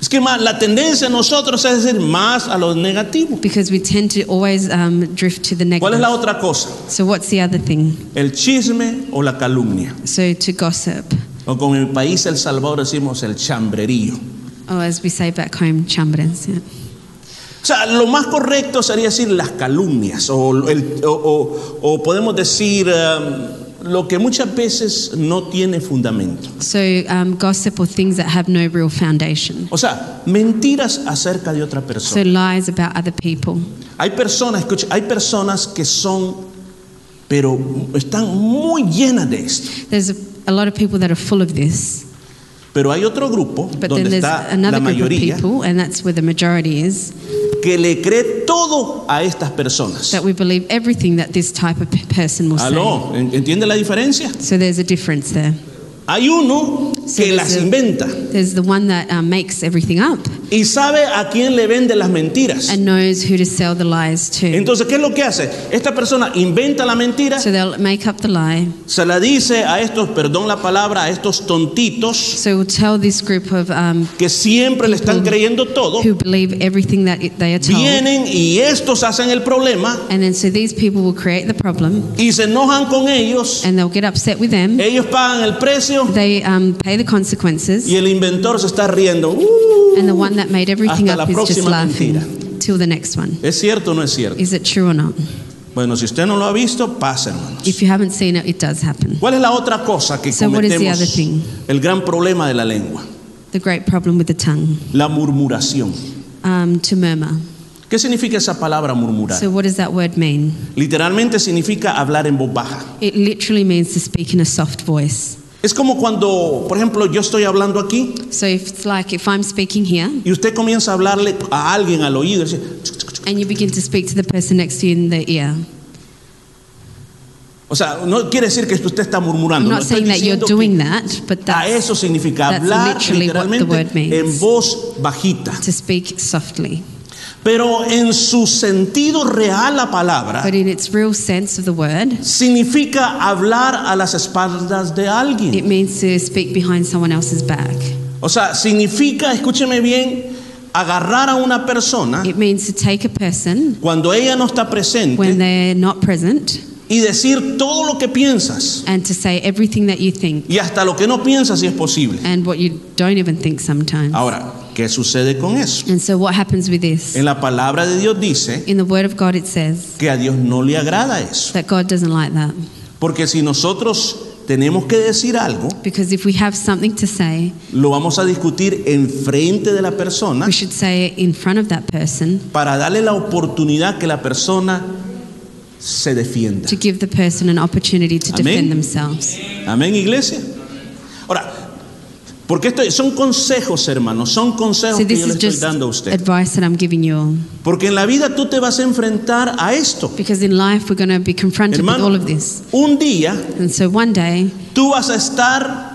Speaker 1: Es que más, la tendencia en nosotros es decir más a lo negativo.
Speaker 2: Because we tend to always um, drift to the
Speaker 1: ¿Cuál es
Speaker 2: negative.
Speaker 1: la otra cosa?
Speaker 2: So, what's the other thing?
Speaker 1: ¿El chisme o la calumnia?
Speaker 2: So, to gossip,
Speaker 1: O como en mi país, El Salvador, decimos el chambrerío.
Speaker 2: or Oh, as we say back home, chambres. Yeah.
Speaker 1: O sea, lo más correcto sería decir las calumnias o, el- o- o- o podemos decir um, lo que muchas veces no tiene fundamento.
Speaker 2: So, um, gossip or things that have no real foundation.
Speaker 1: O sea, mentiras acerca de otra
Speaker 2: So,
Speaker 1: persona.
Speaker 2: lies about other people.
Speaker 1: Hay personas, escucha, hay personas que son, pero están muy llenas de esto.
Speaker 2: There's a, a lot of people that are full of this,
Speaker 1: Pero hay otro grupo
Speaker 2: but then
Speaker 1: donde
Speaker 2: there's
Speaker 1: está
Speaker 2: another
Speaker 1: la
Speaker 2: group of
Speaker 1: mayoría
Speaker 2: people, and that's where the majority is,
Speaker 1: que le cree todo a estas personas.
Speaker 2: that we believe everything that this type of p- person will
Speaker 1: Aló, ¿en- ¿entiende la diferencia?
Speaker 2: say. So, there's a difference there.
Speaker 1: Hay uno
Speaker 2: Sí,
Speaker 1: que
Speaker 2: sí,
Speaker 1: las
Speaker 2: sí.
Speaker 1: inventa
Speaker 2: There's the one that um, makes everything up
Speaker 1: y sabe a quién le vende las mentiras.
Speaker 2: and knows who to sell the lies to.
Speaker 1: Entonces, ¿qué es lo que hace? Esta persona inventa la mentira,
Speaker 2: So they'll make up the lie.
Speaker 1: se la dice a estos, perdón la palabra, a estos tontitos
Speaker 2: So we'll tell this group of um,
Speaker 1: que siempre le están creyendo todo,
Speaker 2: who believe everything that it, they are told,
Speaker 1: vienen y estos hacen el problema
Speaker 2: and then so these people will create the problem,
Speaker 1: y se enojan con ellos,
Speaker 2: and they'll get upset with them.
Speaker 1: ellos pagan el precio
Speaker 2: They um, pay the consequences,
Speaker 1: y el inventor se está riendo. ¡Uh!
Speaker 2: and the one that made everything
Speaker 1: Hasta la
Speaker 2: up is just
Speaker 1: próxima
Speaker 2: laughing till the next one.
Speaker 1: ¿Es cierto o no es cierto?
Speaker 2: Is it true or not?
Speaker 1: Bueno, si usted no lo ha visto, pasa, hermano.
Speaker 2: If you haven't seen it, it does happen.
Speaker 1: ¿Cuál es la otra cosa que
Speaker 2: So what is the
Speaker 1: cometemos?
Speaker 2: other thing?
Speaker 1: El gran problema de la lengua,
Speaker 2: The great problem with the tongue,
Speaker 1: la murmuración.
Speaker 2: um, to murmur.
Speaker 1: ¿Qué significa esa palabra murmurar?
Speaker 2: So what does that word mean?
Speaker 1: Literalmente significa hablar en voz baja.
Speaker 2: It literally means to speak in a soft voice.
Speaker 1: Es como cuando, por ejemplo, yo estoy hablando aquí
Speaker 2: So if it's like if I'm speaking here,
Speaker 1: y usted comienza a hablarle a alguien al oído. y dice,
Speaker 2: and you begin to speak to the person next to you in the ear.
Speaker 1: O sea, no quiere decir que usted está
Speaker 2: I'm
Speaker 1: murmurando. no
Speaker 2: not
Speaker 1: estoy
Speaker 2: saying that you're
Speaker 1: diciendo
Speaker 2: doing
Speaker 1: que-
Speaker 2: that, but
Speaker 1: a
Speaker 2: that's
Speaker 1: eso significa
Speaker 2: that's
Speaker 1: hablar
Speaker 2: literally what the word
Speaker 1: literalmente
Speaker 2: means.
Speaker 1: en voz bajita.
Speaker 2: to speak softly.
Speaker 1: Ah. Pero en su sentido real la palabra
Speaker 2: But in its real sense of the word,
Speaker 1: significa hablar a las espaldas de alguien.
Speaker 2: it means to speak behind someone else's back.
Speaker 1: O sea, significa, escúcheme bien, agarrar a una persona
Speaker 2: It means to take a person
Speaker 1: cuando ella no está
Speaker 2: when
Speaker 1: presente
Speaker 2: they're not present
Speaker 1: y decir todo lo que piensas
Speaker 2: and to say everything that you think
Speaker 1: y hasta lo que no piensas si es posible.
Speaker 2: and what you don't even think sometimes.
Speaker 1: Ahora, ¿qué sucede con eso?
Speaker 2: And so what happens with this?
Speaker 1: En la palabra de Dios dice
Speaker 2: In the word of God it says
Speaker 1: que a Dios no le agrada eso.
Speaker 2: that God doesn't like that
Speaker 1: Porque si nosotros tenemos que decir algo,
Speaker 2: because if we have something to say,
Speaker 1: lo vamos a discutir enfrente de la persona
Speaker 2: we should say it in front of that person
Speaker 1: para darle la oportunidad que la persona se defienda.
Speaker 2: to give the person an opportunity to
Speaker 1: Amén.
Speaker 2: defend themselves.
Speaker 1: Amén, iglesia. Ahora, porque esto son consejos, hermanos, son consejos que
Speaker 2: So this
Speaker 1: yo le
Speaker 2: is
Speaker 1: estoy
Speaker 2: just
Speaker 1: dando a usted.
Speaker 2: advice that I'm giving you all.
Speaker 1: Porque en la vida tú te vas a enfrentar a esto.
Speaker 2: Because in life we're going to be confronted with all
Speaker 1: Hermano,
Speaker 2: of this.
Speaker 1: un día
Speaker 2: And so one day
Speaker 1: tú vas a estar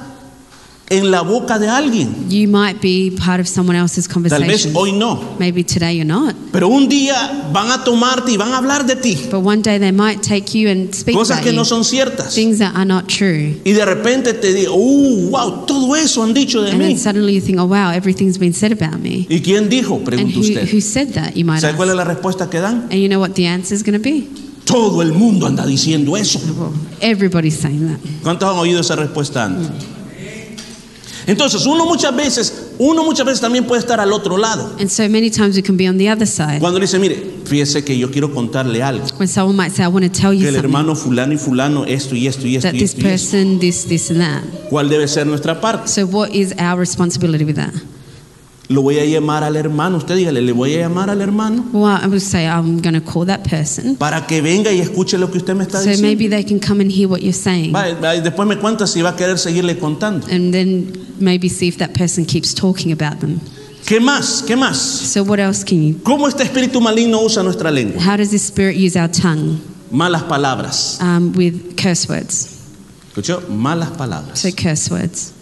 Speaker 1: en la boca de alguien.
Speaker 2: You might be part of someone else's
Speaker 1: Tal vez
Speaker 2: conversation.
Speaker 1: hoy no,
Speaker 2: Maybe today you're not.
Speaker 1: pero un día van a tomarte y van a hablar de ti.
Speaker 2: But one day they might take you and speak
Speaker 1: Cosas
Speaker 2: about
Speaker 1: que
Speaker 2: you.
Speaker 1: no son ciertas.
Speaker 2: Things that are not true.
Speaker 1: Y de repente te digo, uh, wow, todo eso han dicho de
Speaker 2: And then
Speaker 1: mí.
Speaker 2: suddenly you think, oh wow, everything's been said about me.
Speaker 1: ¿Y quién dijo?
Speaker 2: And
Speaker 1: Pregunta
Speaker 2: who,
Speaker 1: usted.
Speaker 2: who said that, you might
Speaker 1: ¿Sabe cuál es
Speaker 2: ask.
Speaker 1: la respuesta que dan?
Speaker 2: And you know what the answer is going to be?
Speaker 1: Todo el mundo anda diciendo eso.
Speaker 2: Well, everybody's saying that.
Speaker 1: ¿Cuántos han oído esa respuesta antes? Entonces, uno muchas veces, uno muchas veces también puede estar al otro lado.
Speaker 2: And so many times we can be on the other side.
Speaker 1: Cuando le dice, mire, fíjese que yo quiero contarle algo.
Speaker 2: When someone might say, I want to tell
Speaker 1: Que
Speaker 2: you
Speaker 1: el
Speaker 2: something.
Speaker 1: hermano fulano y fulano, esto y esto y esto
Speaker 2: That
Speaker 1: y
Speaker 2: this
Speaker 1: esto. y esto.
Speaker 2: person, this, this, and that.
Speaker 1: ¿Cuál debe ser nuestra parte?
Speaker 2: So what is our responsibility with that?
Speaker 1: Lo voy a llamar al hermano. Usted dígale, le voy a llamar al hermano
Speaker 2: Well, I would say I'm going to call that person.
Speaker 1: para que venga y escuche lo que usted me está
Speaker 2: So
Speaker 1: diciendo.
Speaker 2: maybe they can come and hear what you're saying.
Speaker 1: Va- va- y después me cuenta si va a querer seguirle contando.
Speaker 2: And then maybe see if that person keeps talking about them.
Speaker 1: ¿Qué más? ¿Qué más?
Speaker 2: So what else can you?
Speaker 1: ¿Cómo este espíritu maligno usa nuestra lengua?
Speaker 2: How does this spirit use our tongue
Speaker 1: Malas palabras.
Speaker 2: um, with curse words?
Speaker 1: ¿Escuchó? Malas palabras.
Speaker 2: So curse words.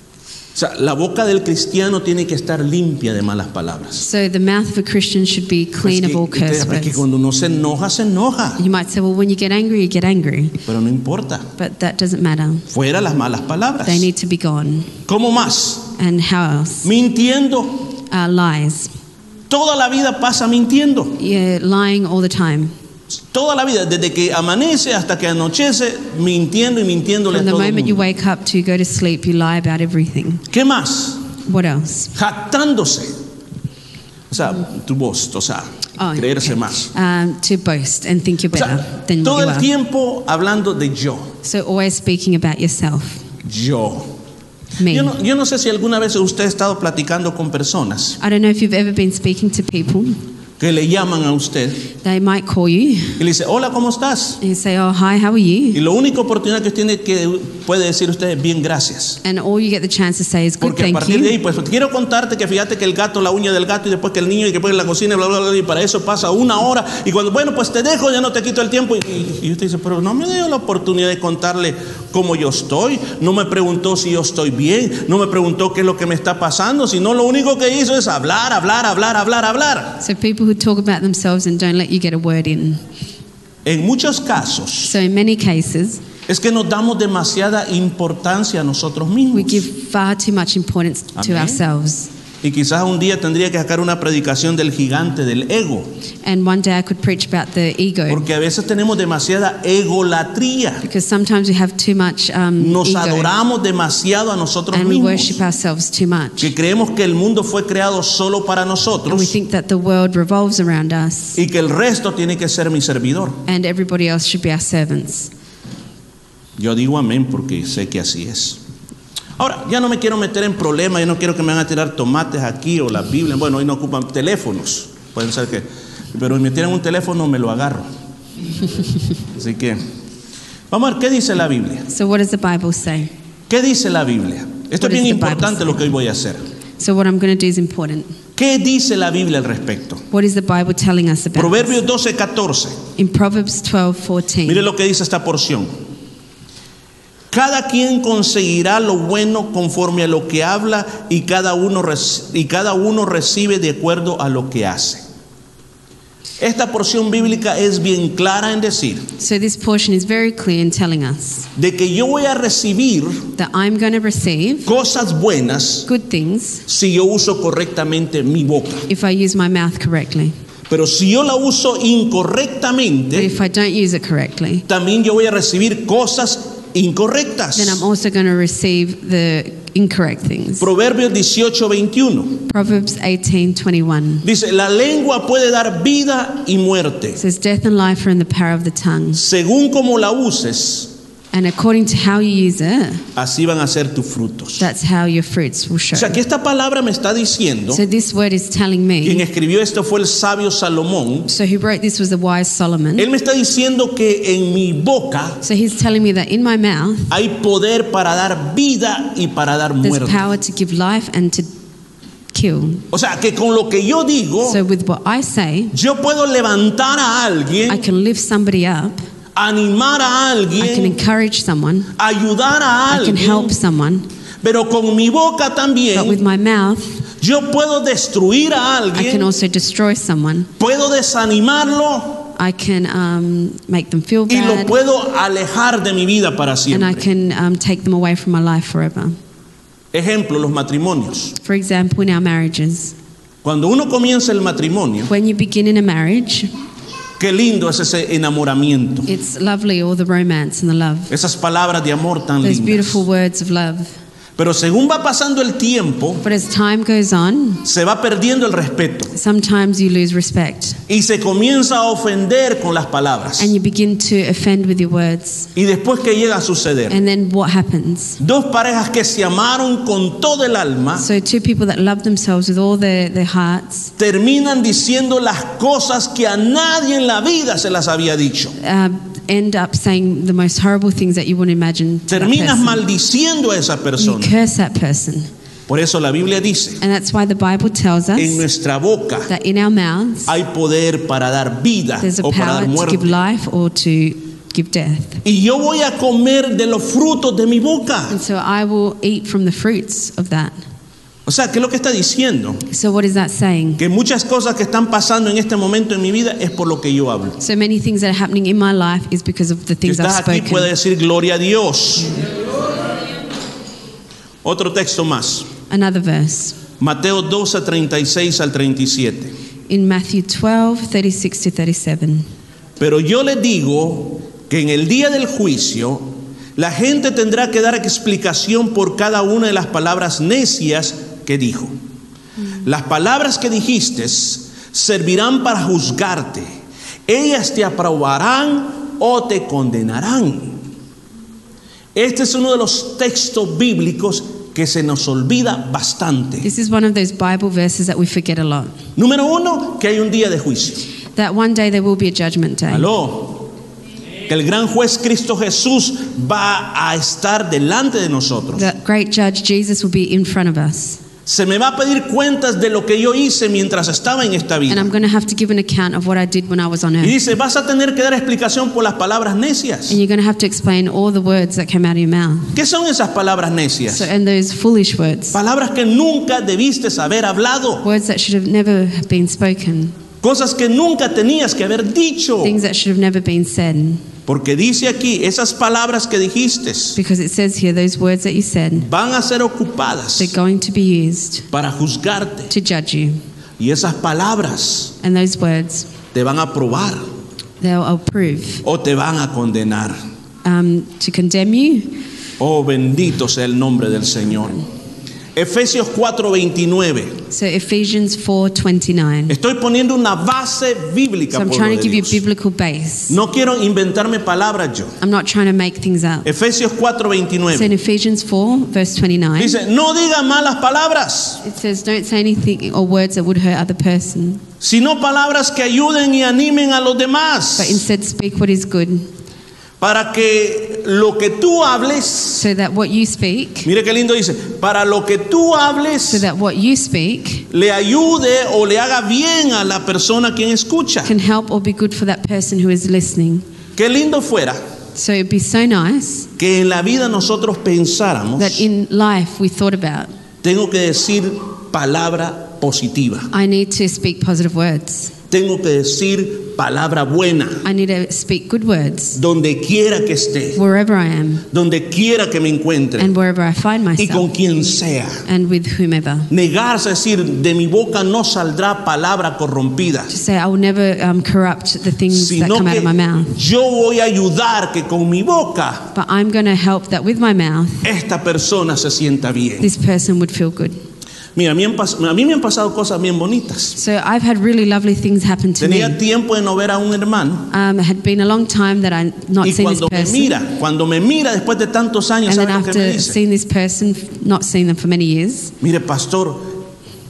Speaker 1: O sea, la boca del cristiano tiene que estar limpia de malas palabras.
Speaker 2: So the mouth of a Christian should be
Speaker 1: Pues
Speaker 2: clean
Speaker 1: que,
Speaker 2: of all
Speaker 1: ustedes
Speaker 2: curse
Speaker 1: ven que
Speaker 2: words.
Speaker 1: cuando uno se enoja, se enoja.
Speaker 2: You might say, well, when you get angry, you get angry,
Speaker 1: Pero no importa.
Speaker 2: but that doesn't matter.
Speaker 1: Fuera las malas palabras.
Speaker 2: They need to be gone.
Speaker 1: ¿Cómo más?
Speaker 2: And how else?
Speaker 1: Mintiendo.
Speaker 2: Uh, lies.
Speaker 1: Toda la vida pasa mintiendo.
Speaker 2: You're lying all the time.
Speaker 1: Toda la vida, desde que amanece hasta que anochece, mintiendo y mintiéndole
Speaker 2: From
Speaker 1: a
Speaker 2: the
Speaker 1: todo el
Speaker 2: moment you
Speaker 1: mundo.
Speaker 2: wake up to go to sleep, you lie about everything.
Speaker 1: ¿Qué más?
Speaker 2: What else?
Speaker 1: Jactándose. O sea, tu voz, o sea,
Speaker 2: Oh,
Speaker 1: creerse
Speaker 2: okay.
Speaker 1: más.
Speaker 2: Um, to boast and think you're
Speaker 1: O
Speaker 2: better
Speaker 1: sea,
Speaker 2: than
Speaker 1: todo el
Speaker 2: what you are.
Speaker 1: tiempo hablando de yo.
Speaker 2: So always speaking about yourself,
Speaker 1: Yo.
Speaker 2: me.
Speaker 1: Yo no, yo no sé si alguna vez usted ha estado platicando con personas
Speaker 2: I don't know if you've ever been speaking to people.
Speaker 1: que le llaman a usted
Speaker 2: They might call you
Speaker 1: y le dice, hola, ¿cómo estás?
Speaker 2: and you say, "Oh, hi, how are you?"
Speaker 1: Y la única oportunidad que tiene que puede decir usted es bien, gracias.
Speaker 2: And all you get the chance to say is, "Good,
Speaker 1: Porque a
Speaker 2: thank
Speaker 1: partir de
Speaker 2: you."
Speaker 1: ahí, pues quiero contarte que fíjate que el gato, la uña del gato y después que el niño y que después la cocina, bla, bla, bla, y para eso pasa una hora. Y cuando, bueno, pues te dejo, ya no te quito el tiempo. Y, y- y usted dice, pero no me dio la oportunidad de contarle cómo yo estoy, no me preguntó si yo estoy bien, no me preguntó qué es lo que me está pasando, sino lo único que hizo es hablar, hablar, hablar, hablar, hablar.
Speaker 2: So people who talk about themselves and don't let you get a word in.
Speaker 1: En muchos casos
Speaker 2: So in many cases,
Speaker 1: es que nos damos demasiada importancia a nosotros
Speaker 2: we
Speaker 1: mismos.
Speaker 2: give far too much importance to
Speaker 1: Amén.
Speaker 2: ourselves.
Speaker 1: Y quizás un día tendría que sacar una predicación del gigante del ego,
Speaker 2: And one day I could preach about the ego
Speaker 1: porque a veces tenemos demasiada egolatría.
Speaker 2: because sometimes we have too much um,
Speaker 1: Nos
Speaker 2: ego
Speaker 1: adoramos demasiado a nosotros
Speaker 2: and we
Speaker 1: mismos,
Speaker 2: worship ourselves too much.
Speaker 1: que creemos que el mundo fue creado solo para
Speaker 2: And we
Speaker 1: nosotros
Speaker 2: think that the world revolves around us
Speaker 1: y que el resto tiene que ser mi servidor.
Speaker 2: and everybody else should be our servants.
Speaker 1: Yo digo amén porque sé que así es. Ahora, ya no me quiero meter en problemas, yo no quiero que me van a tirar tomates aquí o la Biblia. Bueno, hoy no ocupan teléfonos, pueden ser que. Pero si me tiran un teléfono, me lo agarro. Así que, vamos a ver, ¿qué dice la Biblia?
Speaker 2: So, what does the Bible say?
Speaker 1: ¿Qué dice la Biblia? Esto es
Speaker 2: What is
Speaker 1: bien
Speaker 2: the Bible
Speaker 1: importante lo que hoy voy a hacer.
Speaker 2: So, what I'm going to do is important.
Speaker 1: ¿Qué dice la Biblia al respecto?
Speaker 2: What is the Bible telling us about?
Speaker 1: Proverbios 12, 14.
Speaker 2: this? In Proverbs 12
Speaker 1: Mire
Speaker 2: 14.
Speaker 1: lo que dice esta porción. Cada quien conseguirá lo bueno conforme a lo que habla y cada uno, reci- y cada uno recibe de acuerdo a lo que hace. Esta porción bíblica es bien clara en decir
Speaker 2: So, this portion is very clear in telling us
Speaker 1: de que yo voy a recibir
Speaker 2: that I'm going to receive
Speaker 1: cosas buenas
Speaker 2: good things
Speaker 1: si yo uso correctamente mi boca.
Speaker 2: if I use my mouth correctly.
Speaker 1: Pero si yo la uso
Speaker 2: But
Speaker 1: incorrectamente,
Speaker 2: if I don't use it correctly,
Speaker 1: también yo voy a recibir cosas incorrectas.
Speaker 2: then I'm also going to receive the incorrect things.
Speaker 1: Proverbios 18, 21.
Speaker 2: Proverbs 18 21
Speaker 1: Dice, la lengua puede dar vida y muerte.
Speaker 2: says, Death and life are in the power of the tongue,
Speaker 1: Según como la uses,
Speaker 2: and according to how you use it,
Speaker 1: así van a ser tus frutos.
Speaker 2: that's how your fruits will
Speaker 1: O
Speaker 2: show.
Speaker 1: sea, que esta palabra me está diciendo,
Speaker 2: So, this word is telling
Speaker 1: quien
Speaker 2: me.
Speaker 1: escribió esto fue el sabio Salomón,
Speaker 2: So, who wrote this was the wise Solomon.
Speaker 1: él me está diciendo que en mi boca
Speaker 2: So, he's telling me that in my mouth,
Speaker 1: hay poder para dar vida y para dar
Speaker 2: there's
Speaker 1: muerte.
Speaker 2: power to give life and to kill.
Speaker 1: O sea, que con lo que yo digo,
Speaker 2: So, with what I say,
Speaker 1: yo puedo levantar a
Speaker 2: I
Speaker 1: alguien,
Speaker 2: can lift somebody up,
Speaker 1: animar a
Speaker 2: I can
Speaker 1: alguien,
Speaker 2: encourage someone,
Speaker 1: ayudar a
Speaker 2: I can
Speaker 1: alguien,
Speaker 2: help someone.
Speaker 1: Pero con mi boca
Speaker 2: But with
Speaker 1: también
Speaker 2: my mouth,
Speaker 1: yo puedo destruir a
Speaker 2: I can
Speaker 1: alguien,
Speaker 2: also destroy someone.
Speaker 1: puedo desanimarlo
Speaker 2: I can um, make them feel
Speaker 1: y lo
Speaker 2: bad.
Speaker 1: puedo alejar de mi vida para
Speaker 2: And I
Speaker 1: siempre.
Speaker 2: can um, take them away from my life forever.
Speaker 1: Ejemplo, los matrimonios.
Speaker 2: For example, in our marriages,
Speaker 1: Cuando uno comienza el matrimonio,
Speaker 2: when you begin in a marriage,
Speaker 1: qué lindo es ese enamoramiento.
Speaker 2: it's lovely, all the romance and the love.
Speaker 1: Esas palabras de amor tan
Speaker 2: Those
Speaker 1: lindas.
Speaker 2: beautiful words of love.
Speaker 1: Pero según va pasando el tiempo,
Speaker 2: But as time goes on,
Speaker 1: se va perdiendo el respeto
Speaker 2: sometimes you lose respect
Speaker 1: y se comienza a ofender con las palabras.
Speaker 2: and you begin to offend with your words.
Speaker 1: Y después que llega a suceder,
Speaker 2: And then what happens?
Speaker 1: dos parejas que se amaron con todo el alma
Speaker 2: So, two people that love themselves with all their, their hearts
Speaker 1: terminan diciendo las cosas que a nadie en la vida se las había dicho.
Speaker 2: uh, end up saying the most horrible things that you wouldn't imagine. To that
Speaker 1: Terminas
Speaker 2: person.
Speaker 1: maldiciendo a esa
Speaker 2: You
Speaker 1: persona.
Speaker 2: curse that person.
Speaker 1: Por eso la Biblia dice,
Speaker 2: And that's why the Bible tells
Speaker 1: en
Speaker 2: us
Speaker 1: nuestra boca
Speaker 2: that in our mouths
Speaker 1: hay poder para dar vida
Speaker 2: there's a
Speaker 1: o para dar
Speaker 2: power to give
Speaker 1: muerte.
Speaker 2: life or to give death.
Speaker 1: Y yo voy a comer de los frutos de mi boca.
Speaker 2: And so I will eat from the fruits of that.
Speaker 1: O sea, ¿qué es lo que está diciendo?
Speaker 2: So, what is that saying?
Speaker 1: Que muchas cosas que están pasando en este momento en mi vida es por lo que yo hablo.
Speaker 2: So many things that are happening in my life is because of the
Speaker 1: Si
Speaker 2: things I've
Speaker 1: estás aquí,
Speaker 2: spoken.
Speaker 1: puedes decir gloria a Dios. Otro texto más.
Speaker 2: Another verse
Speaker 1: Mateo 12, 36 al 37.
Speaker 2: in Matthew 12, 36 to 37.
Speaker 1: Pero yo le digo que en el día del juicio la gente tendrá que dar explicación por cada una de las palabras necias que dijo. Las palabras que dijiste servirán para juzgarte. Ellas te aprobarán o te condenarán. Este es uno de los textos bíblicos que se nos olvida bastante.
Speaker 2: This is one of those Bible verses that we forget a lot.
Speaker 1: Número uno, que hay un día de juicio.
Speaker 2: That one day there will be a judgment day.
Speaker 1: Aló. Que el gran juez Cristo Jesús va a estar delante de nosotros.
Speaker 2: The great judge Jesus will be in front of us.
Speaker 1: Se me va a pedir cuentas de lo que yo hice mientras estaba en esta
Speaker 2: And
Speaker 1: vida.
Speaker 2: I'm going to have to give an account of what I did when I was on
Speaker 1: Y
Speaker 2: earth.
Speaker 1: dice, vas a tener que dar explicación por las palabras necias.
Speaker 2: And you're going to have to explain all the words that came out of your mouth.
Speaker 1: ¿Qué son esas palabras necias?
Speaker 2: So, and those foolish words.
Speaker 1: Palabras que nunca debiste haber hablado.
Speaker 2: Words that should have never been spoken.
Speaker 1: Cosas que nunca tenías que haber dicho.
Speaker 2: Things that should have never been said.
Speaker 1: Porque dice aquí, esas palabras que dijiste
Speaker 2: Because it says here, those words that you said,
Speaker 1: van a ser ocupadas
Speaker 2: they're going to be used
Speaker 1: para juzgarte.
Speaker 2: to judge you.
Speaker 1: Y esas palabras
Speaker 2: And those words,
Speaker 1: te van a probar.
Speaker 2: they'll approve
Speaker 1: o te van a condenar.
Speaker 2: um, to condemn you.
Speaker 1: Oh, bendito sea el nombre del Señor. Efesios 4:29.
Speaker 2: So Ephesians 4.29.
Speaker 1: Estoy poniendo una base bíblica.
Speaker 2: So I'm
Speaker 1: pueblo
Speaker 2: trying
Speaker 1: de
Speaker 2: to give you
Speaker 1: Dios.
Speaker 2: biblical base.
Speaker 1: No quiero inventarme palabras yo.
Speaker 2: I'm not trying to make things up.
Speaker 1: Efesios
Speaker 2: So in
Speaker 1: 4:29.
Speaker 2: Ephesians 4, verse 29,
Speaker 1: Dice, no diga malas palabras,
Speaker 2: it says, Don't say anything or words that would hurt other person,
Speaker 1: sino palabras que ayuden y animen a los demás,
Speaker 2: but instead speak what is good,
Speaker 1: para que lo que tú hables,
Speaker 2: so that what you speak,
Speaker 1: mire qué lindo dice, para lo que tú
Speaker 2: so
Speaker 1: hables
Speaker 2: that what you speak
Speaker 1: le ayude o le haga bien a la persona quien escucha.
Speaker 2: can help or be good for that person who is listening.
Speaker 1: Qué lindo fuera
Speaker 2: So it'd be so nice
Speaker 1: que en la vida nosotros pensáramos,
Speaker 2: that in life we thought about,
Speaker 1: tengo que decir palabra positiva,
Speaker 2: I need to speak positive words,
Speaker 1: tengo que decir palabra buena,
Speaker 2: I need to speak good words
Speaker 1: donde quiera que esté,
Speaker 2: wherever I am
Speaker 1: donde quiera que me encuentre
Speaker 2: and wherever I find
Speaker 1: y
Speaker 2: myself
Speaker 1: con quien sea.
Speaker 2: and with whomever.
Speaker 1: Negarse a decir, de mi boca no saldrá palabra corrompida,
Speaker 2: To say, I will never um, corrupt the things that
Speaker 1: sino
Speaker 2: come out
Speaker 1: que
Speaker 2: of my mouth.
Speaker 1: yo voy a ayudar que con mi boca
Speaker 2: But I'm going to help that with my mouth,
Speaker 1: esta persona se sienta bien.
Speaker 2: this person would feel good.
Speaker 1: Mira, a mí, han pas- a mí me han pasado cosas bien bonitas.
Speaker 2: So I've had really lovely things happen to
Speaker 1: Tenía
Speaker 2: me.
Speaker 1: tiempo de no ver a un hermano.
Speaker 2: Um, it had been a long time that I'd not
Speaker 1: Y
Speaker 2: seen this
Speaker 1: cuando me
Speaker 2: person.
Speaker 1: mira, cuando me mira después de tantos años,
Speaker 2: And
Speaker 1: ¿sabe lo
Speaker 2: then
Speaker 1: que me
Speaker 2: after
Speaker 1: dice?
Speaker 2: seeing this person, not seeing them for many years,
Speaker 1: Mire, pastor,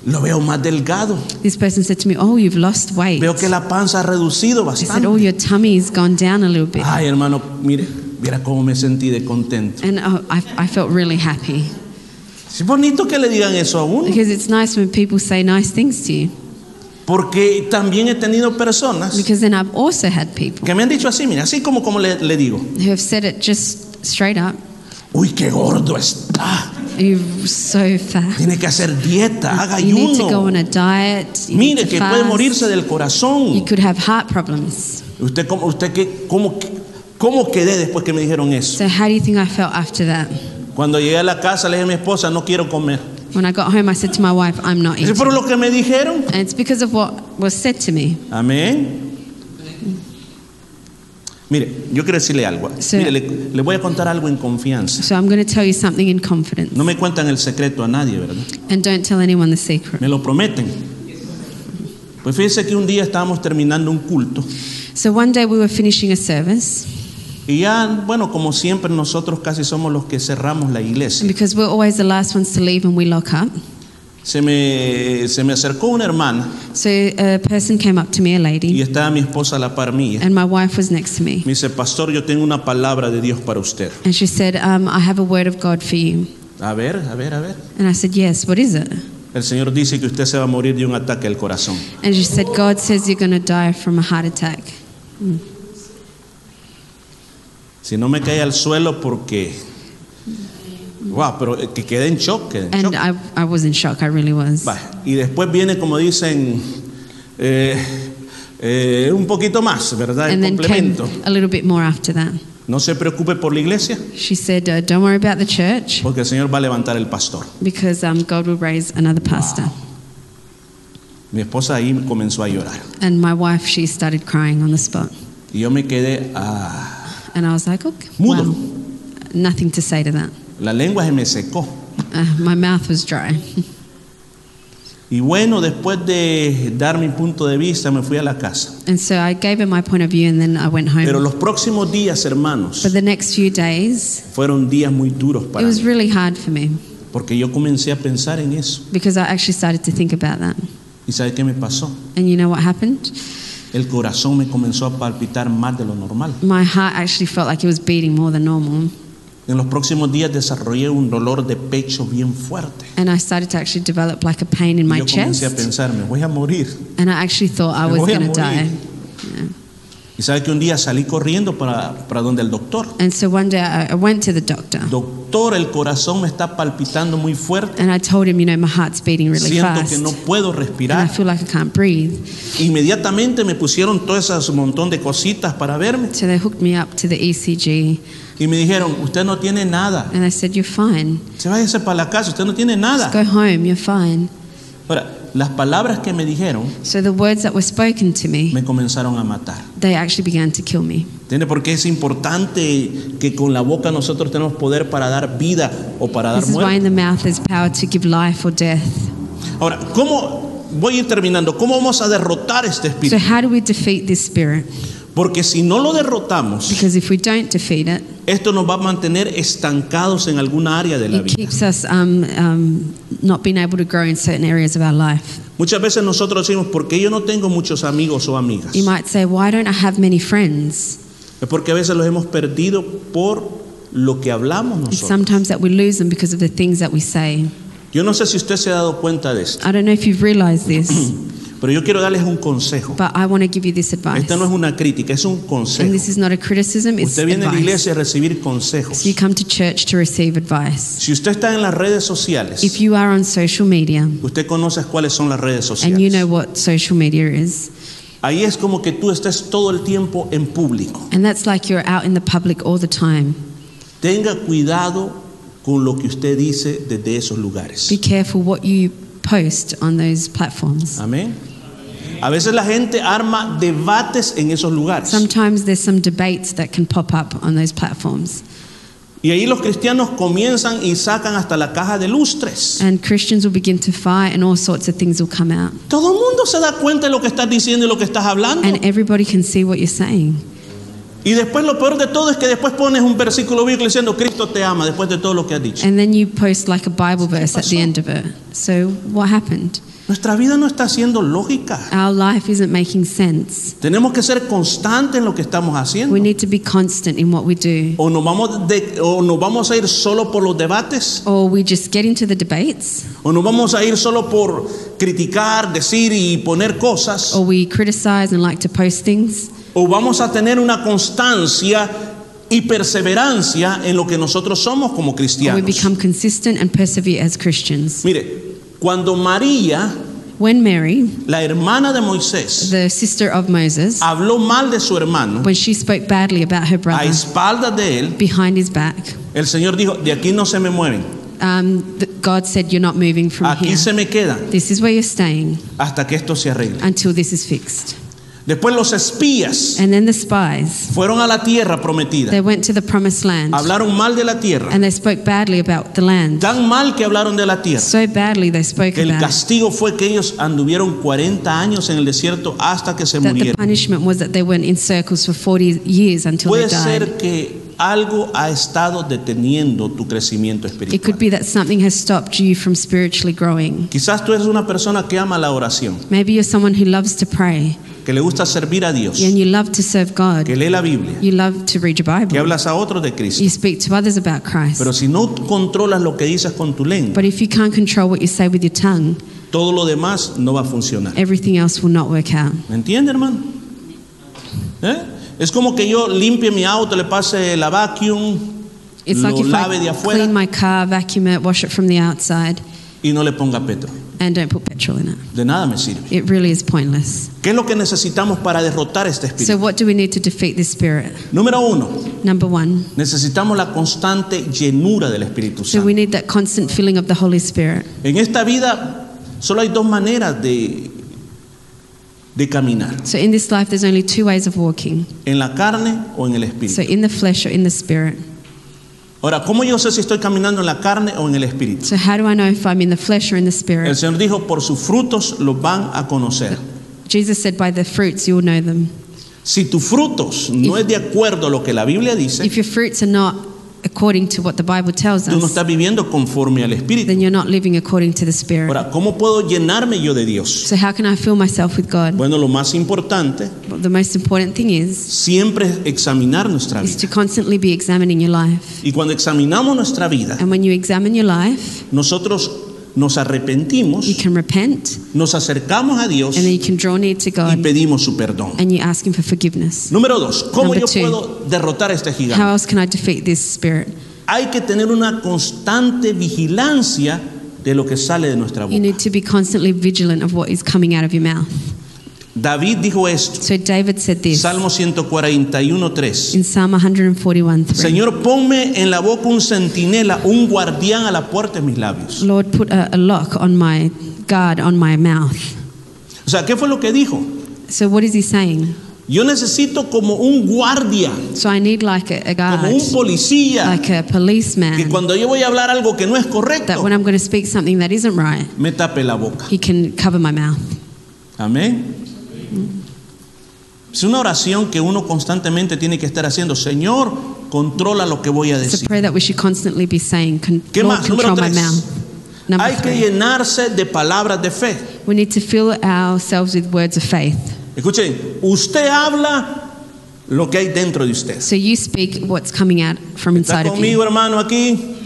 Speaker 1: lo veo más delgado.
Speaker 2: this person said to me, Oh, you've lost weight.
Speaker 1: Veo que la panza ha reducido
Speaker 2: She said, Oh,
Speaker 1: bastante.
Speaker 2: your tummy's gone down a little bit.
Speaker 1: Ay, hermano, mire, mira cómo me sentí de contento.
Speaker 2: And oh, I, I felt really happy.
Speaker 1: Es bonito que le digan eso a uno,
Speaker 2: Because it's nice when people say nice things to you.
Speaker 1: porque también he tenido personas
Speaker 2: Because then I've also had people
Speaker 1: que me han dicho así, mira, así como como le, le digo,
Speaker 2: who have said it just straight up.
Speaker 1: uy, qué gordo está.
Speaker 2: You're so fat.
Speaker 1: Tiene que hacer dieta, haga
Speaker 2: You need to go
Speaker 1: ayuno.
Speaker 2: on a diet. You need
Speaker 1: Mire
Speaker 2: to
Speaker 1: que puede
Speaker 2: fast.
Speaker 1: morirse del corazón.
Speaker 2: You could have heart problems.
Speaker 1: ¿Usted cómo, usted qué, cómo, cómo quedé después que me dijeron eso?
Speaker 2: So how do you think I felt after that?
Speaker 1: Cuando llegué a la casa le dije a mi esposa, no quiero comer.
Speaker 2: When I got home, I said to my wife, "I'm not
Speaker 1: Eso
Speaker 2: eating."
Speaker 1: fue lo que me dijeron.
Speaker 2: And it's because of what was said to me.
Speaker 1: Amén. Mire, yo quiero decirle algo.
Speaker 2: Sí.
Speaker 1: Mire, le, le voy a contar algo en confianza.
Speaker 2: So I'm going to tell you something in confidence.
Speaker 1: No me cuentan el secreto a nadie, ¿verdad?
Speaker 2: And don't tell anyone the secret.
Speaker 1: Me lo prometen. Pues fíjese que un día estábamos terminando un culto
Speaker 2: So one day we were finishing a service,
Speaker 1: y ya, bueno, como siempre nosotros casi somos los que cerramos la
Speaker 2: and
Speaker 1: iglesia.
Speaker 2: because we're always the last ones to leave and we lock up.
Speaker 1: Se me, se me acercó una hermana
Speaker 2: So a person came up to me, a
Speaker 1: y
Speaker 2: lady,
Speaker 1: estaba mi esposa a la par mía.
Speaker 2: and my wife was next to me.
Speaker 1: Me dice, pastor, yo tengo una palabra de Dios para usted.
Speaker 2: And she said, um, I have a word of God for you.
Speaker 1: A ver, a ver, a ver.
Speaker 2: And I said, Yes, what is it?
Speaker 1: El Señor dice que usted se va a morir de un ataque al corazón.
Speaker 2: And she said, God says you're going to die from a heart attack.
Speaker 1: Si no me cae al suelo porque... Wow, pero eh, que quede en shock. quede en shock.
Speaker 2: And I, I was in shock, I really was.
Speaker 1: Va, Y después viene, como dicen, eh, eh, un poquito más, ¿verdad? El
Speaker 2: And then came
Speaker 1: complemento.
Speaker 2: a little bit more after that.
Speaker 1: No se preocupe por la iglesia,
Speaker 2: She said, uh, Don't worry about the church
Speaker 1: porque el Señor va a levantar el pastor.
Speaker 2: because um, God will raise another pastor.
Speaker 1: Mi esposa ahí comenzó a llorar.
Speaker 2: And my wife, she started crying on the spot.
Speaker 1: Y yo me quedé, ah,
Speaker 2: And I was like, look,
Speaker 1: Mudo.
Speaker 2: wow, nothing to say to that.
Speaker 1: la lengua se me secó.
Speaker 2: Uh, my mouth was dry.
Speaker 1: Y bueno, después de dar mi punto de vista, me fui a la casa.
Speaker 2: and so I gave her my point of view and then I went home.
Speaker 1: Pero los próximos días,
Speaker 2: For
Speaker 1: hermanos,
Speaker 2: the next few days,
Speaker 1: fueron días muy duros
Speaker 2: it
Speaker 1: para
Speaker 2: was
Speaker 1: mí,
Speaker 2: really hard for me
Speaker 1: porque yo comencé a pensar en eso.
Speaker 2: because I actually started to think about that.
Speaker 1: ¿Y sabe qué me pasó?
Speaker 2: And you know what happened?
Speaker 1: El corazón me comenzó a palpitar más de lo normal.
Speaker 2: My heart actually felt like it was beating more than normal.
Speaker 1: En los próximos días desarrollé un dolor de pecho bien fuerte.
Speaker 2: And I started to actually develop like a pain in my
Speaker 1: yo comencé a
Speaker 2: chest.
Speaker 1: pensar, me voy a morir.
Speaker 2: And I actually thought I
Speaker 1: Me
Speaker 2: was
Speaker 1: voy a
Speaker 2: going to
Speaker 1: morir.
Speaker 2: die. Yeah.
Speaker 1: Y sabe que un día salí corriendo para, para donde el doctor.
Speaker 2: And so one day I I went to the doctor
Speaker 1: Doctor, el corazón me está palpitando muy fuerte.
Speaker 2: and I told him, you know, my heart's beating really
Speaker 1: Siento
Speaker 2: fast.
Speaker 1: que no puedo
Speaker 2: and I
Speaker 1: respirar.
Speaker 2: feel like I can't breathe.
Speaker 1: Inmediatamente me pusieron todo ese montón de cositas para verme.
Speaker 2: So they hooked me up to the ECG
Speaker 1: Y me dijeron, usted no tiene nada.
Speaker 2: and they said, You're fine.
Speaker 1: Se váyase para la casa, usted no tiene
Speaker 2: Just
Speaker 1: nada.
Speaker 2: go home, you're fine.
Speaker 1: Ahora, las palabras que me dijeron
Speaker 2: So the words that were spoken to me,
Speaker 1: me comenzaron a matar.
Speaker 2: they actually began to kill me.
Speaker 1: ¿Entiende por qué es importante que con la boca nosotros tenemos poder para dar vida o para dar
Speaker 2: This is why
Speaker 1: muerte?
Speaker 2: in the mouth there's power to give life or death.
Speaker 1: Ahora, ¿cómo voy a ir terminando? ¿Cómo vamos a derrotar este
Speaker 2: So
Speaker 1: espíritu?
Speaker 2: how do we defeat this spirit?
Speaker 1: Porque si no lo derrotamos,
Speaker 2: Because if we don't defeat it,
Speaker 1: esto nos va a mantener estancados en alguna área de la
Speaker 2: it
Speaker 1: vida.
Speaker 2: keeps us um, um, not being able to grow in certain areas of our life.
Speaker 1: Muchas veces nosotros decimos, porque yo no tengo muchos amigos o amigas?
Speaker 2: You might say, Why don't I have many friends?
Speaker 1: Es porque a veces los hemos perdido por lo que hablamos
Speaker 2: And
Speaker 1: nosotros.
Speaker 2: sometimes that we lose them because of the things that we say.
Speaker 1: Yo no sé si usted se ha dado cuenta de esto,
Speaker 2: I don't know if you've realized this,
Speaker 1: pero yo quiero darles un consejo.
Speaker 2: but I want to give you this advice.
Speaker 1: Esta no es una crítica, es un
Speaker 2: And
Speaker 1: consejo.
Speaker 2: this is not a criticism, it's
Speaker 1: Usted viene a la
Speaker 2: advice.
Speaker 1: iglesia a recibir consejos.
Speaker 2: So you come to church to receive advice.
Speaker 1: Si usted está en las redes
Speaker 2: If
Speaker 1: sociales,
Speaker 2: you are on social media
Speaker 1: usted conoce cuáles son las redes
Speaker 2: and you know
Speaker 1: sociales.
Speaker 2: what social media is,
Speaker 1: Ahí es como que tú estés todo el tiempo en público.
Speaker 2: and that's like you're out in the public all the time.
Speaker 1: Tenga cuidado con lo que usted dice desde esos
Speaker 2: Be
Speaker 1: lugares.
Speaker 2: careful what you post on those platforms.
Speaker 1: Amén. A veces la gente arma debates en esos lugares.
Speaker 2: Sometimes there's some debates that can pop up on those platforms,
Speaker 1: Y ahí los cristianos comienzan y sacan hasta la caja de lustres.
Speaker 2: and Christians will begin to fight, and all sorts of things will come out,
Speaker 1: Todo el mundo se da cuenta de lo que estás diciendo y lo que estás hablando.
Speaker 2: and everybody can see what you're saying.
Speaker 1: Y después lo peor de todo es que después pones un versículo bíblico diciendo Cristo te ama después de todo lo que has dicho.
Speaker 2: And then you post like a Bible verse at the end of it. So, what happened?
Speaker 1: Nuestra vida no está siendo lógica.
Speaker 2: Our life isn't making sense.
Speaker 1: Tenemos que ser constantes en lo que estamos haciendo.
Speaker 2: We need to be constant in what we do.
Speaker 1: O nos vamos, de- o nos vamos a ir solo por los debates,
Speaker 2: Or we just get into the debates,
Speaker 1: o nos vamos a ir solo por criticar, decir y poner cosas,
Speaker 2: Oh. or we criticize and like to post things,
Speaker 1: o vamos a tener una constancia y perseverancia en lo que nosotros somos como
Speaker 2: And we
Speaker 1: cristianos.
Speaker 2: become consistent and persevere as Christians.
Speaker 1: Mire, cuando María,
Speaker 2: When Mary,
Speaker 1: la hermana de Moisés,
Speaker 2: the sister of Moses,
Speaker 1: habló mal de su hermano
Speaker 2: when she spoke badly about her
Speaker 1: a
Speaker 2: Pues, brother
Speaker 1: espaldas de él,
Speaker 2: behind his back,
Speaker 1: el Señor dijo, de aquí no se me mueven,
Speaker 2: um, th- God said, You're not moving from
Speaker 1: aquí
Speaker 2: here.
Speaker 1: se me quedan
Speaker 2: This is where you're staying
Speaker 1: hasta que esto se arregle.
Speaker 2: until this is fixed.
Speaker 1: Después los espías
Speaker 2: And then the spies,
Speaker 1: fueron a la tierra prometida,
Speaker 2: they went to the promised land
Speaker 1: hablaron mal de la tierra,
Speaker 2: and they spoke badly about the land.
Speaker 1: tan mal que hablaron de la tierra.
Speaker 2: So badly they spoke
Speaker 1: que El
Speaker 2: about it
Speaker 1: castigo fue que ellos anduvieron 40 años en el desierto hasta que se
Speaker 2: that the
Speaker 1: murieron.
Speaker 2: punishment was that they went in circles for 40 years until they
Speaker 1: Puede
Speaker 2: died.
Speaker 1: ser que algo ha estado deteniendo tu crecimiento
Speaker 2: It could
Speaker 1: espiritual.
Speaker 2: be that something has stopped you from spiritually growing.
Speaker 1: Quizás tú eres una persona que ama la oración,
Speaker 2: Maybe you're someone who loves to pray
Speaker 1: que le gusta servir a Dios,
Speaker 2: and you love to serve God.
Speaker 1: que lee la Biblia,
Speaker 2: You love to read your
Speaker 1: que
Speaker 2: Bible.
Speaker 1: hablas a otros de Cristo.
Speaker 2: You speak to others about Christ.
Speaker 1: Pero si no controlas lo que dices con tu lengua,
Speaker 2: But if you can't control what you say with your tongue,
Speaker 1: todo lo demás no va a funcionar.
Speaker 2: everything else will not work out.
Speaker 1: ¿Me entiende, hermano? ¿Eh? Es como que yo limpie mi auto, le pase la vacuum
Speaker 2: It's
Speaker 1: Lo
Speaker 2: like if
Speaker 1: lave de
Speaker 2: I
Speaker 1: afuera.
Speaker 2: clean my car, vacuum it, wash it from the outside,
Speaker 1: y no le ponga petro.
Speaker 2: and don't put petrol in it.
Speaker 1: De nada me sirve.
Speaker 2: It really is pointless.
Speaker 1: ¿Qué es lo que necesitamos para derrotar este
Speaker 2: So,
Speaker 1: espíritu?
Speaker 2: what do we need to defeat this spirit?
Speaker 1: Número uno,
Speaker 2: Number one,
Speaker 1: necesitamos la constante llenura del Espíritu
Speaker 2: so
Speaker 1: Santo.
Speaker 2: we need that constant filling of the Holy Spirit.
Speaker 1: En esta vida solo hay dos maneras de, de caminar,
Speaker 2: So, in this life, there's only two ways of walking
Speaker 1: en la carne o en el
Speaker 2: so
Speaker 1: Espíritu.
Speaker 2: in the flesh or in the spirit.
Speaker 1: Ahora, ¿cómo yo sé si estoy caminando en la carne o en el Espíritu?
Speaker 2: So, how do I know if I'm in the flesh or in the
Speaker 1: El
Speaker 2: spirit?
Speaker 1: Señor dijo, por sus frutos los van a conocer.
Speaker 2: Jesus said, By the fruits you will know them.
Speaker 1: Si tus frutos no es de acuerdo a lo que la Biblia dice,
Speaker 2: If your fruits are not according to what the Bible tells
Speaker 1: tú no
Speaker 2: us,
Speaker 1: estás viviendo conforme al
Speaker 2: then
Speaker 1: Espíritu.
Speaker 2: you're not living according to the spirit.
Speaker 1: Ahora, ¿cómo puedo llenarme yo de Dios?
Speaker 2: So, how can I fill myself with God?
Speaker 1: Bueno, lo más importante
Speaker 2: But the most important thing is
Speaker 1: siempre es examinar nuestra
Speaker 2: is
Speaker 1: vida.
Speaker 2: to constantly be examining your life.
Speaker 1: Y cuando examinamos nuestra vida,
Speaker 2: And when you examine your life,
Speaker 1: nosotros nos
Speaker 2: you
Speaker 1: arrepentimos,
Speaker 2: can repent
Speaker 1: nos acercamos a Dios
Speaker 2: and then you can draw near to
Speaker 1: y
Speaker 2: God
Speaker 1: pedimos su perdón.
Speaker 2: and you ask Him for forgiveness.
Speaker 1: Número dos, ¿cómo
Speaker 2: Number
Speaker 1: yo
Speaker 2: two.
Speaker 1: puedo derrotar a este
Speaker 2: How
Speaker 1: gigante?
Speaker 2: else can I defeat this spirit?
Speaker 1: Hay que tener una constante vigilancia de lo que sale de nuestra
Speaker 2: You
Speaker 1: boca.
Speaker 2: need to be constantly vigilant of what is coming out of your mouth.
Speaker 1: David dijo esto,
Speaker 2: So David said this
Speaker 1: Salmo 141, 3.
Speaker 2: in Psalm 141 3.
Speaker 1: Señor, ponme en la boca un centinela, un guardián a la puerta de mis labios.
Speaker 2: Lord, put a, a lock on my guard on my mouth.
Speaker 1: O sea, ¿qué fue lo que dijo?
Speaker 2: So what is he saying?
Speaker 1: Yo necesito como un guardia,
Speaker 2: So I need like a, a
Speaker 1: como
Speaker 2: guard,
Speaker 1: un policía,
Speaker 2: like a
Speaker 1: que
Speaker 2: policeman,
Speaker 1: cuando yo voy a hablar algo que no es
Speaker 2: that
Speaker 1: correcto,
Speaker 2: when I'm going to speak something that isn't right,
Speaker 1: me tape la boca.
Speaker 2: he can cover my mouth.
Speaker 1: Amén. Es una oración que uno constantemente tiene que estar haciendo. Señor, controla lo que voy a
Speaker 2: It's a
Speaker 1: decir.
Speaker 2: prayer that we should constantly be saying, con-
Speaker 1: ¿Qué
Speaker 2: Lord,
Speaker 1: más? Número
Speaker 2: control my
Speaker 1: tres.
Speaker 2: mouth. Number
Speaker 1: Hay que
Speaker 2: three,
Speaker 1: llenarse de palabras de fe.
Speaker 2: we need to fill ourselves with words of faith.
Speaker 1: Escuchen, usted habla lo que hay dentro de usted.
Speaker 2: So you speak what's coming out from
Speaker 1: ¿Está
Speaker 2: inside of you.
Speaker 1: conmigo, hermano, aquí?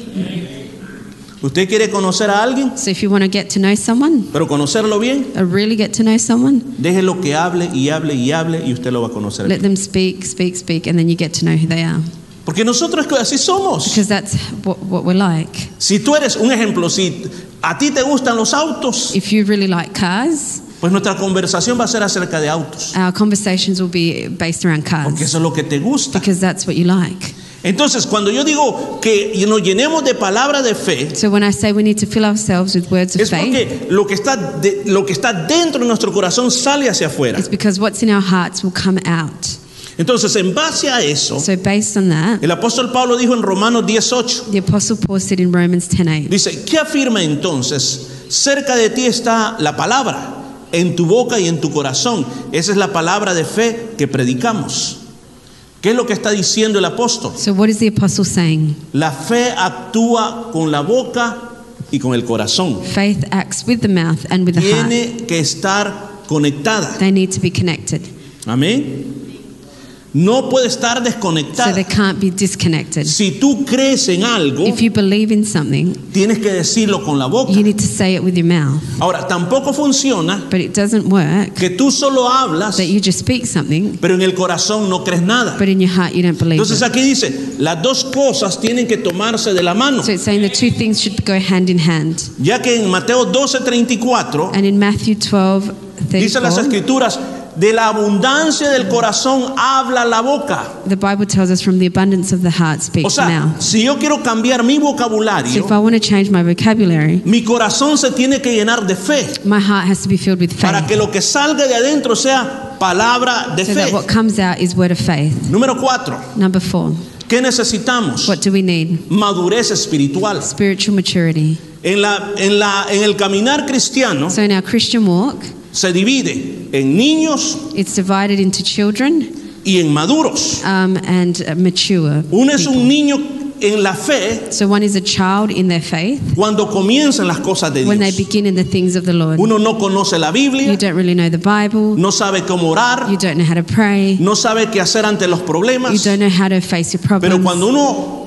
Speaker 1: ¿Usted quiere conocer a alguien,
Speaker 2: So if you want to get to know someone,
Speaker 1: pero conocerlo bien?
Speaker 2: or really get to know someone,
Speaker 1: Déjelo que hable y hable y hable y usted lo va a conocer.
Speaker 2: let them speak, speak, speak, and then you get to know who they are.
Speaker 1: Porque nosotros así somos.
Speaker 2: Because that's what, what we're like.
Speaker 1: Si tú eres un ejemplo, si a ti te gustan los autos,
Speaker 2: If you really like cars,
Speaker 1: pues nuestra conversación va a ser acerca de autos.
Speaker 2: our conversations will be based around
Speaker 1: Porque
Speaker 2: cars.
Speaker 1: eso es lo que te gusta.
Speaker 2: Because that's what you like.
Speaker 1: Entonces, cuando yo digo que nos llenemos de palabra de fe,
Speaker 2: So when I say we need to fill ourselves with words of
Speaker 1: es
Speaker 2: faith,
Speaker 1: porque lo que está, de- lo que está dentro de nuestro corazón sale hacia afuera.
Speaker 2: it's because what's in our hearts will come out.
Speaker 1: Entonces, en base a eso,
Speaker 2: So based on that,
Speaker 1: el apóstol Pablo dijo en Romanos 18,
Speaker 2: the Apostle Paul said in Romans 10.8,
Speaker 1: Dice, ¿qué afirma entonces? Cerca de ti está la palabra, en tu boca y en tu corazón. Esa es la palabra de fe que predicamos. ¿Qué es lo que está diciendo el apóstol?
Speaker 2: so what is the Apostle saying?
Speaker 1: La fe actúa con la boca y con el corazón.
Speaker 2: Faith acts with the mouth and with the heart.
Speaker 1: Tiene que estar conectada.
Speaker 2: They need to be connected.
Speaker 1: Amén. No puede estar
Speaker 2: So
Speaker 1: desconectada.
Speaker 2: they can't be disconnected.
Speaker 1: Si tú crees en algo,
Speaker 2: If you believe in something,
Speaker 1: tienes que decirlo con la boca.
Speaker 2: you need to say it with your mouth.
Speaker 1: Ahora, tampoco funciona
Speaker 2: But it doesn't work
Speaker 1: que tú solo hablas,
Speaker 2: that you just speak something,
Speaker 1: pero en el corazón no crees nada.
Speaker 2: but in your heart you don't believe it.
Speaker 1: Entonces aquí dice, las dos cosas tienen que tomarse de la mano.
Speaker 2: So it's saying the two things should go hand in hand.
Speaker 1: Ya que en Mateo 12:34
Speaker 2: And in Matthew 12,
Speaker 1: dice las
Speaker 2: 34,
Speaker 1: escrituras, de la abundancia del corazón habla la boca.
Speaker 2: the Bible tells us from the abundance of the heart
Speaker 1: O
Speaker 2: speaks the
Speaker 1: sea,
Speaker 2: mouth.
Speaker 1: si yo quiero cambiar mi
Speaker 2: So
Speaker 1: vocabulario,
Speaker 2: if I want to change my vocabulary,
Speaker 1: mi corazón se tiene que llenar de fe
Speaker 2: my heart has to be filled with
Speaker 1: para
Speaker 2: faith
Speaker 1: que lo que salga de adentro sea palabra de
Speaker 2: so
Speaker 1: fe.
Speaker 2: that what comes out is word of faith.
Speaker 1: Número cuatro,
Speaker 2: Number four,
Speaker 1: ¿qué necesitamos?
Speaker 2: what do we need?
Speaker 1: Madurez espiritual.
Speaker 2: Spiritual maturity.
Speaker 1: En, la, en, la, en el caminar cristiano
Speaker 2: So in our Christian walk,
Speaker 1: se divide en niños
Speaker 2: it's divided into children
Speaker 1: y en maduros.
Speaker 2: um, and uh, mature.
Speaker 1: Uno es un
Speaker 2: people.
Speaker 1: niño en la fe
Speaker 2: So one is a child in their faith
Speaker 1: cuando comienzan las cosas de
Speaker 2: when they
Speaker 1: Dios.
Speaker 2: begin in the things of the Lord.
Speaker 1: Uno no conoce la
Speaker 2: You
Speaker 1: Biblia,
Speaker 2: don't really know the Bible.
Speaker 1: no sabe cómo
Speaker 2: You
Speaker 1: orar,
Speaker 2: don't know how to pray.
Speaker 1: no sabe qué hacer ante los
Speaker 2: You
Speaker 1: problemas.
Speaker 2: don't know how to face your problems.
Speaker 1: Pero cuando uno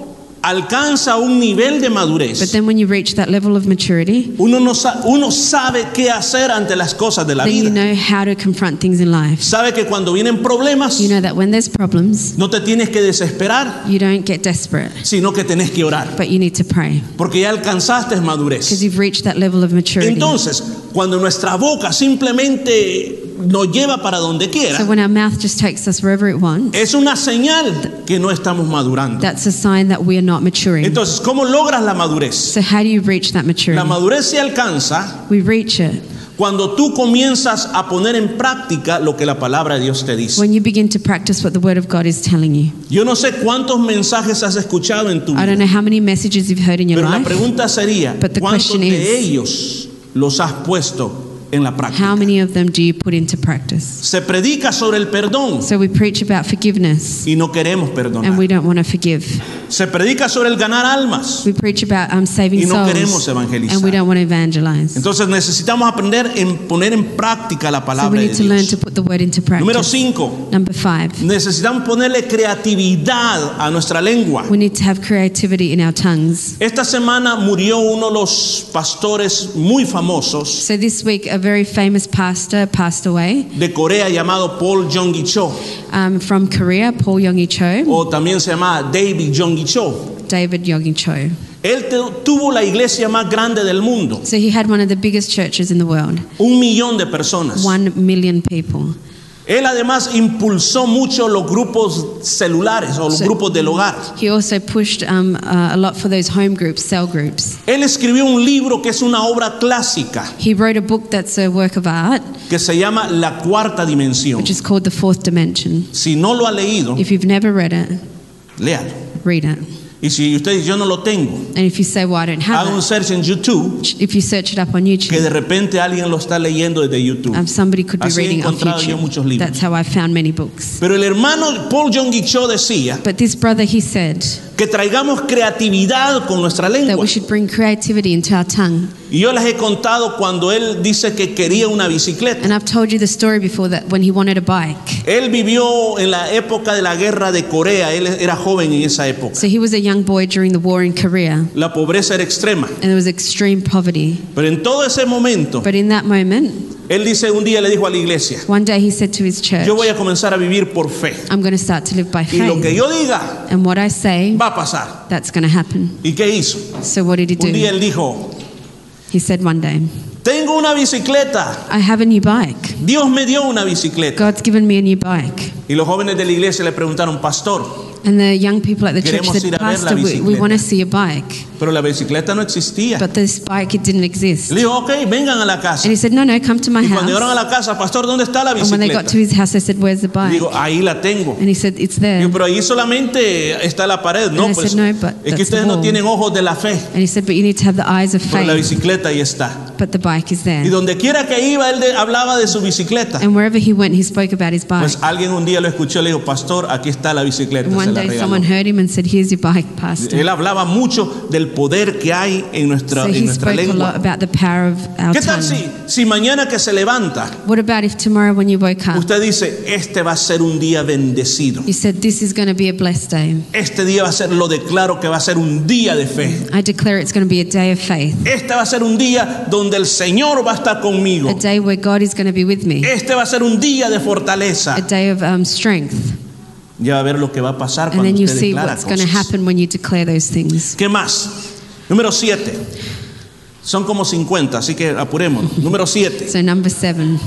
Speaker 1: alcanza un nivel de
Speaker 2: But
Speaker 1: madurez,
Speaker 2: then when you reach that level of maturity,
Speaker 1: uno, no sa- uno sabe qué hacer ante las cosas de la
Speaker 2: then you
Speaker 1: vida.
Speaker 2: know how to confront things in life.
Speaker 1: Sabe que cuando vienen problemas,
Speaker 2: You know that when there's problems,
Speaker 1: no te tienes que desesperar,
Speaker 2: you don't get desperate,
Speaker 1: sino que tenés que orar,
Speaker 2: but you need to pray
Speaker 1: porque ya alcanzaste
Speaker 2: because
Speaker 1: madurez.
Speaker 2: you've reached that level of maturity.
Speaker 1: Entonces, cuando nuestra boca simplemente nos lleva para donde
Speaker 2: So
Speaker 1: quiera,
Speaker 2: when our mouth just takes us wherever it wants,
Speaker 1: es una señal que no estamos madurando.
Speaker 2: that's a sign that we are not maturing.
Speaker 1: Entonces, ¿cómo logras la madurez?
Speaker 2: So how do you reach that
Speaker 1: La
Speaker 2: maturity?
Speaker 1: madurez se alcanza
Speaker 2: We reach it
Speaker 1: cuando tú comienzas a poner en práctica lo que la palabra de Dios te dice.
Speaker 2: when you begin to practice what the Word of God is telling you.
Speaker 1: Yo no sé cuántos mensajes has escuchado en tu
Speaker 2: I
Speaker 1: vida,
Speaker 2: don't know how many messages you've heard in your
Speaker 1: pero la
Speaker 2: life.
Speaker 1: pregunta sería,
Speaker 2: But the
Speaker 1: ¿cuántos
Speaker 2: question
Speaker 1: de
Speaker 2: is-
Speaker 1: ellos los has puesto en la práctica?
Speaker 2: How many of them do you put into practice?
Speaker 1: Se predica sobre el perdón
Speaker 2: So we preach about forgiveness
Speaker 1: y no queremos perdonar.
Speaker 2: and we don't want to forgive.
Speaker 1: Se predica sobre el ganar almas.
Speaker 2: We preach about um, saving
Speaker 1: Y no queremos
Speaker 2: souls,
Speaker 1: evangelizar.
Speaker 2: and we don't want to evangelize.
Speaker 1: Entonces necesitamos aprender en poner en práctica la
Speaker 2: so we
Speaker 1: palabra
Speaker 2: need to
Speaker 1: de
Speaker 2: learn
Speaker 1: Dios.
Speaker 2: to put the word into practice.
Speaker 1: Número 5.
Speaker 2: Number five,
Speaker 1: Necesitamos ponerle creatividad a nuestra lengua.
Speaker 2: we need to have creativity in our tongues.
Speaker 1: Esta semana murió uno de los pastores muy famosos
Speaker 2: So this week, a very famous pastor passed away
Speaker 1: de Corea llamado Paul Jong-gi Cho
Speaker 2: um, from Korea, Paul Yongi Cho,
Speaker 1: o también se llamaba David Jong-gi Cho.
Speaker 2: David Yongi Cho.
Speaker 1: Él te- tuvo la iglesia más grande del mundo,
Speaker 2: So he had one of the biggest churches in the world,
Speaker 1: un millón de personas.
Speaker 2: one million people.
Speaker 1: Él además impulsó mucho los grupos celulares o los
Speaker 2: Sí.
Speaker 1: grupos del hogar.
Speaker 2: He also pushed um, uh, a lot for those home groups, cell groups.
Speaker 1: Él escribió un libro que es una obra clásica
Speaker 2: He wrote a book that's a work of art,
Speaker 1: que se llama La Cuarta Dimensión.
Speaker 2: which is called The Fourth Dimension.
Speaker 1: Si no lo ha leído,
Speaker 2: If you've never read it,
Speaker 1: léalo.
Speaker 2: read it.
Speaker 1: Y si usted dice, yo no lo tengo,
Speaker 2: And if you say, well, I don't
Speaker 1: haga un
Speaker 2: have
Speaker 1: search en YouTube
Speaker 2: it, if you search it up on
Speaker 1: que
Speaker 2: YouTube,
Speaker 1: de repente alguien lo está leyendo desde YouTube.
Speaker 2: um, somebody could be
Speaker 1: Así he
Speaker 2: reading it on
Speaker 1: encontrado yo muchos libros.
Speaker 2: YouTube. That's how I found many books.
Speaker 1: Pero el hermano Paul John Cho decía
Speaker 2: But this brother, he said
Speaker 1: que traigamos creatividad con nuestra
Speaker 2: that
Speaker 1: lengua.
Speaker 2: we should bring creativity into our tongue.
Speaker 1: Y yo les he contado cuando él dice que quería una bicicleta.
Speaker 2: And I've told you the story before that when he wanted a bike.
Speaker 1: Él vivió en la época de la guerra de Corea, él era joven en esa época.
Speaker 2: So he was a young boy during the war in Korea,
Speaker 1: La pobreza era extrema.
Speaker 2: and there was extreme poverty.
Speaker 1: Pero en todo ese momento,
Speaker 2: But in that moment,
Speaker 1: él dice, un día le dijo a la iglesia,
Speaker 2: one day he said to his church,
Speaker 1: yo voy a comenzar a vivir por fe.
Speaker 2: I'm going to start to live by
Speaker 1: Y lo que
Speaker 2: faith.
Speaker 1: yo diga,
Speaker 2: And what I say,
Speaker 1: va a pasar.
Speaker 2: that's going to happen.
Speaker 1: ¿Y qué hizo?
Speaker 2: So what did he
Speaker 1: Un día
Speaker 2: do?
Speaker 1: él dijo,
Speaker 2: He said one day,
Speaker 1: tengo una bicicleta.
Speaker 2: I have a new bike.
Speaker 1: Dios me dio una bicicleta.
Speaker 2: God's given me a new bike.
Speaker 1: Y los jóvenes de la iglesia le preguntaron, pastor,
Speaker 2: And the young people at the church
Speaker 1: Queremos ir
Speaker 2: said,
Speaker 1: a ver la
Speaker 2: Pastor, we, we
Speaker 1: bicicleta."
Speaker 2: want to see a bike.
Speaker 1: pero la bicicleta no existía.
Speaker 2: But this bike, it didn't exist.
Speaker 1: Le
Speaker 2: And
Speaker 1: dijo, ok, vengan a la casa.
Speaker 2: he said, No, no, come to my
Speaker 1: Y cuando llegaron a
Speaker 2: house.
Speaker 1: la casa, pastor, ¿dónde está la
Speaker 2: And when they got
Speaker 1: bicicleta?
Speaker 2: to his house, they said, Where's the
Speaker 1: Le
Speaker 2: bike?
Speaker 1: Digo, ahí la tengo.
Speaker 2: And he said, It's there.
Speaker 1: Digo, pero ahí solamente está la pared. No,
Speaker 2: And I
Speaker 1: pues
Speaker 2: said, "No, but
Speaker 1: es
Speaker 2: that's
Speaker 1: que
Speaker 2: the
Speaker 1: ustedes no
Speaker 2: wall."
Speaker 1: tienen ojos de la fe.
Speaker 2: And he said, But you need to have the eyes of
Speaker 1: Pero la
Speaker 2: faith.
Speaker 1: bicicleta ahí está.
Speaker 2: But the bike is
Speaker 1: Y
Speaker 2: there.
Speaker 1: donde quiera que iba, él de- hablaba de su bicicleta.
Speaker 2: And wherever he went, he spoke about his bike.
Speaker 1: Pues alguien un día día lo escuchó, le dijo, pastor, aquí está la bicicleta. se
Speaker 2: And one
Speaker 1: la
Speaker 2: day
Speaker 1: regaló.
Speaker 2: someone heard him and said, Here's your bike, Pastor.
Speaker 1: Él hablaba mucho del poder que hay en nuestra,
Speaker 2: So
Speaker 1: en
Speaker 2: he
Speaker 1: nuestra
Speaker 2: spoke a lot
Speaker 1: lengua.
Speaker 2: about the power of our
Speaker 1: ¿Qué tal
Speaker 2: tongue.
Speaker 1: si, si mañana que se levanta,
Speaker 2: What about if tomorrow when you woke up,
Speaker 1: usted dice, este va a ser un día bendecido?
Speaker 2: you said, This is going to be a blessed day?
Speaker 1: Este día va a ser, lo declaro que va a ser un día de fe.
Speaker 2: I declare it's going to be a day of faith,
Speaker 1: Este va a ser un día donde el Señor va a estar
Speaker 2: a
Speaker 1: conmigo.
Speaker 2: day where God is going to be with me,
Speaker 1: Este va a ser un día de fortaleza.
Speaker 2: a day of um, strength.
Speaker 1: Ya va a ver lo que va a pasar
Speaker 2: And
Speaker 1: cuando
Speaker 2: then you
Speaker 1: usted
Speaker 2: see
Speaker 1: declara
Speaker 2: what's going to
Speaker 1: cosas.
Speaker 2: happen when you declare those things.
Speaker 1: ¿Qué más? Número 7. Son como 50, así que apurémonos. Número 7.
Speaker 2: So, number seven,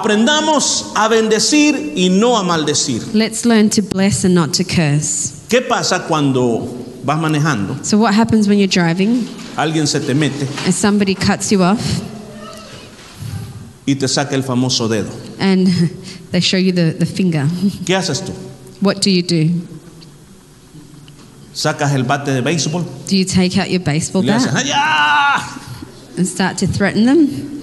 Speaker 1: Aprendamos a bendecir y no a maldecir.
Speaker 2: let's learn to bless and not to curse.
Speaker 1: ¿Qué pasa cuando vas manejando?
Speaker 2: So, what happens when you're driving
Speaker 1: Alguien se te mete
Speaker 2: and somebody cuts you off
Speaker 1: y te saca el famoso dedo.
Speaker 2: and they show you the, the finger?
Speaker 1: ¿Qué haces tú?
Speaker 2: What do you do?
Speaker 1: Sacas el bate de béisbol
Speaker 2: Do you take out your baseball
Speaker 1: y le haces
Speaker 2: bat
Speaker 1: ¡Allá!
Speaker 2: and start to threaten them?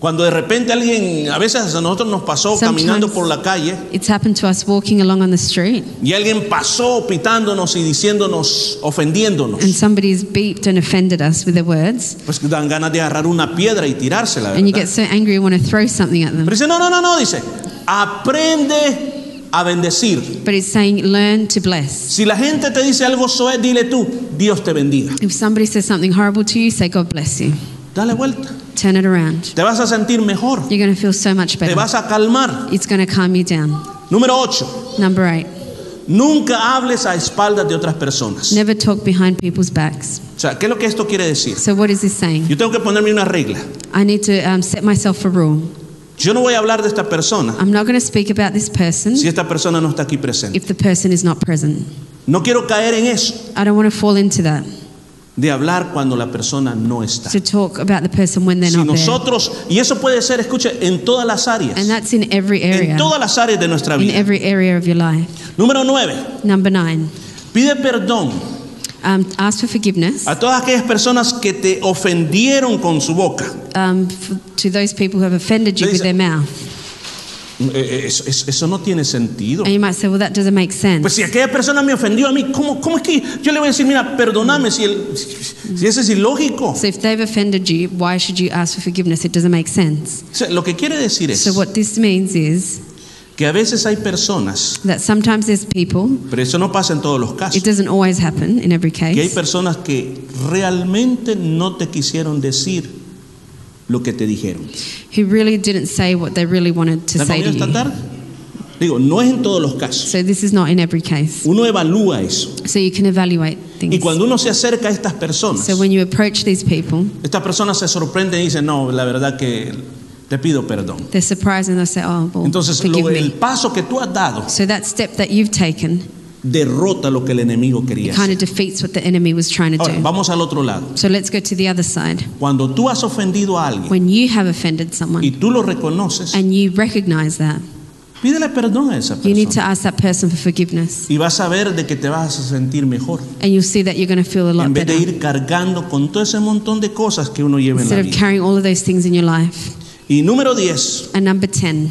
Speaker 1: Cuando de repente alguien, a veces a nosotros nos pasó
Speaker 2: Sometimes-
Speaker 1: caminando por la calle
Speaker 2: It's happened to us walking along on the street
Speaker 1: y alguien pasó pitándonos y diciéndonos, ofendiéndonos.
Speaker 2: and somebody's beeped and offended us with their words.
Speaker 1: Pues que dan ganas de agarrar una piedra y tirársela.
Speaker 2: And you
Speaker 1: ¿verdad?
Speaker 2: get so angry you want to throw something at
Speaker 1: Pero
Speaker 2: them.
Speaker 1: dice, no, no, no, no, dice, aprende a bendecir.
Speaker 2: But it's saying, learn to bless.
Speaker 1: Si la gente te dice algo soez, dile tú, Dios te bendiga.
Speaker 2: If somebody says something horrible to you, say, God bless you.
Speaker 1: Dale vuelta.
Speaker 2: Turn it around.
Speaker 1: Te vas a sentir mejor.
Speaker 2: You're going to feel so much
Speaker 1: Te
Speaker 2: better.
Speaker 1: vas a calmar.
Speaker 2: It's going to calm you down.
Speaker 1: Número 8.
Speaker 2: Number eight,
Speaker 1: Nunca hables a espaldas de otras personas.
Speaker 2: never talk behind people's backs.
Speaker 1: O sea, ¿qué es lo que esto quiere decir?
Speaker 2: So, what is this saying?
Speaker 1: Yo tengo que ponerme una regla.
Speaker 2: I need to um, set myself a rule.
Speaker 1: Yo no voy a hablar de esta persona
Speaker 2: I'm not going to speak about this person
Speaker 1: si esta persona no está aquí presente.
Speaker 2: if the person is not present.
Speaker 1: No quiero caer en eso
Speaker 2: I don't want to fall into that.
Speaker 1: de hablar cuando la persona no está.
Speaker 2: To talk about the person when they're
Speaker 1: Si
Speaker 2: not there.
Speaker 1: nosotros, y eso puede ser, escuche, en todas las áreas,
Speaker 2: And that's in every
Speaker 1: en
Speaker 2: area.
Speaker 1: todas las áreas de nuestra
Speaker 2: In
Speaker 1: vida.
Speaker 2: every area of your life.
Speaker 1: Número 9,
Speaker 2: Number nine,
Speaker 1: pide perdón
Speaker 2: um, ask for forgiveness
Speaker 1: a todas aquellas personas que te ofendieron con su boca.
Speaker 2: um, f- to those people who have offended you
Speaker 1: Dice-
Speaker 2: with their mouth.
Speaker 1: Eh, eh, Eso, eso- eso no tiene sentido.
Speaker 2: And you might say, well, that doesn't make
Speaker 1: Pues
Speaker 2: sense.
Speaker 1: si aquella persona me ofendió a mí, ¿cómo, cómo es que yo le voy a decir, mira, perdóname si, el, si eso es ilógico?
Speaker 2: So if they've offended you, why should you ask for forgiveness? It doesn't make sense.
Speaker 1: O sea, lo que quiere decir es
Speaker 2: So what this means is
Speaker 1: que a veces hay personas,
Speaker 2: that sometimes there's people,
Speaker 1: pero eso no pasa en todos los casos,
Speaker 2: it doesn't always happen in every
Speaker 1: que hay
Speaker 2: case,
Speaker 1: personas que realmente no te quisieron decir lo que te dijeron.
Speaker 2: who really didn't say what they really wanted to
Speaker 1: ¿Está
Speaker 2: say
Speaker 1: conmigo
Speaker 2: to
Speaker 1: esta
Speaker 2: you.
Speaker 1: tarde? Digo, no es en todos los casos.
Speaker 2: So this is not in every case.
Speaker 1: Uno evalúa eso.
Speaker 2: So you can evaluate
Speaker 1: Y
Speaker 2: things.
Speaker 1: cuando uno se acerca a estas personas,
Speaker 2: So when you approach these people,
Speaker 1: estas personas se sorprenden y dicen, no, la verdad que te pido perdón.
Speaker 2: they're surprised and they'll say, oh, well,
Speaker 1: Entonces, lo-
Speaker 2: forgive
Speaker 1: el
Speaker 2: me.
Speaker 1: paso que tú has dado
Speaker 2: So that step that you've taken
Speaker 1: derrota lo que el enemigo quería
Speaker 2: kind
Speaker 1: hacer.
Speaker 2: of defeats what the enemy was trying to
Speaker 1: Ahora,
Speaker 2: do.
Speaker 1: vamos al otro lado.
Speaker 2: So let's go to the other side.
Speaker 1: Cuando tú has ofendido a alguien
Speaker 2: When you have offended
Speaker 1: y
Speaker 2: someone
Speaker 1: tú lo reconoces,
Speaker 2: and you recognize that,
Speaker 1: pídele perdón a esa
Speaker 2: you need to
Speaker 1: persona.
Speaker 2: ask that person for forgiveness.
Speaker 1: Y vas a ver de que te vas a sentir mejor.
Speaker 2: And you'll see that you're going to feel a lot
Speaker 1: En vez de
Speaker 2: better
Speaker 1: ir cargando con todo ese montón de cosas que uno lleva en la
Speaker 2: instead of
Speaker 1: vida.
Speaker 2: carrying all of those things in your life.
Speaker 1: Y número 10,
Speaker 2: And number 10,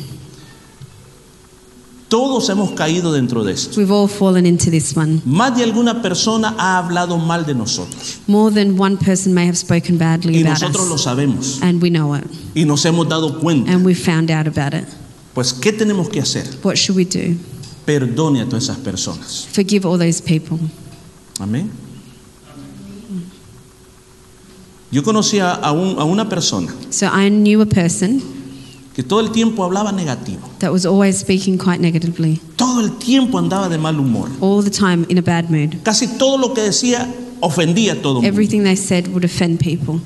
Speaker 1: todos hemos caído dentro de esto.
Speaker 2: we've all fallen into this one.
Speaker 1: Más de alguna persona ha hablado mal de nosotros.
Speaker 2: More than one person may have spoken badly
Speaker 1: Y
Speaker 2: about
Speaker 1: nosotros lo
Speaker 2: us.
Speaker 1: sabemos.
Speaker 2: And we know it.
Speaker 1: Y nos hemos dado cuenta.
Speaker 2: And we've found out about it.
Speaker 1: Pues, ¿qué tenemos que hacer?
Speaker 2: What should we do?
Speaker 1: Perdone a todas esas personas.
Speaker 2: Forgive all those people.
Speaker 1: Amén. Yo conocía a, un- a una persona
Speaker 2: So I knew a person
Speaker 1: que todo el tiempo hablaba negativo.
Speaker 2: that was always speaking quite negatively,
Speaker 1: Todo el tiempo andaba de mal humor.
Speaker 2: all the time in a bad mood.
Speaker 1: Casi todo lo que decía ofendía a todo el mundo.
Speaker 2: Everything they said would offend people.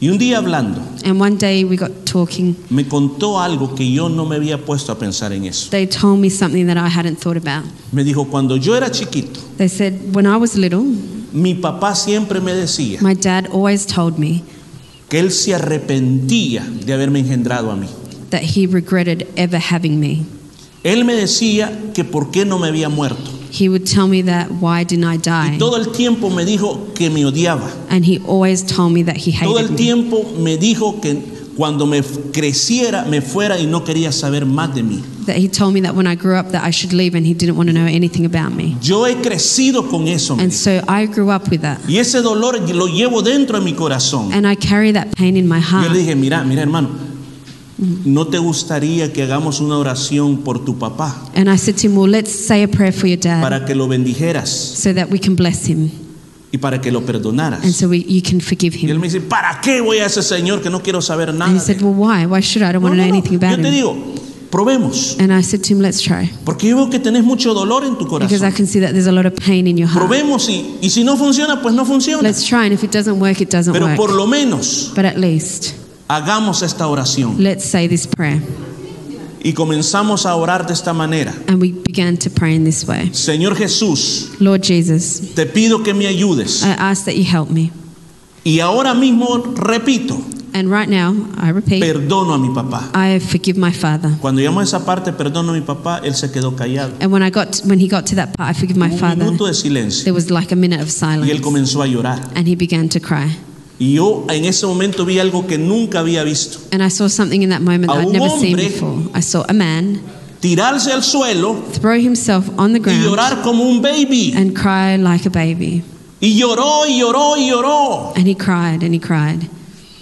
Speaker 1: Y un día hablando,
Speaker 2: And one day we got talking.
Speaker 1: me contó algo que yo no me había puesto a pensar en eso.
Speaker 2: They told me something that I hadn't thought about.
Speaker 1: Me dijo, cuando yo era chiquito,
Speaker 2: They said, When I was little,
Speaker 1: mi papá siempre me decía
Speaker 2: my dad always told me
Speaker 1: que él se arrepentía de haberme engendrado a mí.
Speaker 2: that he regretted ever having me.
Speaker 1: Él me decía que por qué no me había muerto.
Speaker 2: He would tell me that, Why didn't I
Speaker 1: Y
Speaker 2: die?
Speaker 1: todo el tiempo me dijo que me odiaba.
Speaker 2: And he always told me that he
Speaker 1: Todo
Speaker 2: hated
Speaker 1: el
Speaker 2: me.
Speaker 1: tiempo me dijo que cuando me f- creciera me fuera y no quería saber más de mí.
Speaker 2: that he told me that when I grew up that I should leave and he didn't want to know anything about me.
Speaker 1: Yo he crecido con eso. me
Speaker 2: And
Speaker 1: dice.
Speaker 2: so I grew up with that.
Speaker 1: Y ese dolor lo llevo dentro de mi corazón.
Speaker 2: And I carry that pain in my
Speaker 1: Yo le
Speaker 2: heart.
Speaker 1: dije, mira, mira hermano, ¿no te gustaría que hagamos una oración por tu papá
Speaker 2: And I said to him, Well, let's say a prayer for your dad
Speaker 1: para que lo bendijeras
Speaker 2: so that we can bless him
Speaker 1: y para que lo
Speaker 2: and
Speaker 1: perdonaras?
Speaker 2: so we, you can forgive
Speaker 1: Y él
Speaker 2: him.
Speaker 1: me dice, ¿para qué voy a ese señor que no quiero saber
Speaker 2: And
Speaker 1: nada?
Speaker 2: he
Speaker 1: de
Speaker 2: said,
Speaker 1: él?"
Speaker 2: Well, why? Why should I? I don't
Speaker 1: No,
Speaker 2: want to
Speaker 1: no,
Speaker 2: know
Speaker 1: no,
Speaker 2: anything
Speaker 1: Yo
Speaker 2: about
Speaker 1: te
Speaker 2: him.
Speaker 1: digo, probemos,
Speaker 2: And I said to him, Let's try.
Speaker 1: porque yo veo que tenés mucho dolor en tu
Speaker 2: Because I
Speaker 1: corazón.
Speaker 2: can see that there's a lot of pain in your heart.
Speaker 1: Probemos y, y si no funciona, pues no funciona.
Speaker 2: Let's try. And if it doesn't work, it doesn't
Speaker 1: Pero por
Speaker 2: work.
Speaker 1: lo menos
Speaker 2: But at least
Speaker 1: hagamos esta oración
Speaker 2: let's say this prayer.
Speaker 1: y comenzamos a orar de esta manera.
Speaker 2: And we began to pray in this way
Speaker 1: Señor Jesús,
Speaker 2: Lord Jesus,
Speaker 1: te pido que me ayudes.
Speaker 2: I ask that you help me.
Speaker 1: Y ahora mismo repito,
Speaker 2: And right now, I repeat,
Speaker 1: perdono a mi papá.
Speaker 2: I forgive my father.
Speaker 1: Cuando llegamos a esa parte, perdono a mi papá, él se quedó callado.
Speaker 2: And when I got when he got to that part, I forgive my
Speaker 1: Un
Speaker 2: father.
Speaker 1: minuto de silencio.
Speaker 2: There was like a minute of
Speaker 1: Y él
Speaker 2: silence,
Speaker 1: comenzó a llorar.
Speaker 2: and he began to cry.
Speaker 1: Y yo en ese momento vi algo que nunca había visto.
Speaker 2: And I saw something in that moment
Speaker 1: A
Speaker 2: that I'd
Speaker 1: un
Speaker 2: never seen
Speaker 1: hombre-
Speaker 2: before. I saw a man
Speaker 1: Tirarse al suelo
Speaker 2: throw himself on the
Speaker 1: y
Speaker 2: ground
Speaker 1: llorar como un baby.
Speaker 2: and cry like a baby.
Speaker 1: Y lloró y lloró y lloró.
Speaker 2: And he cried and he cried.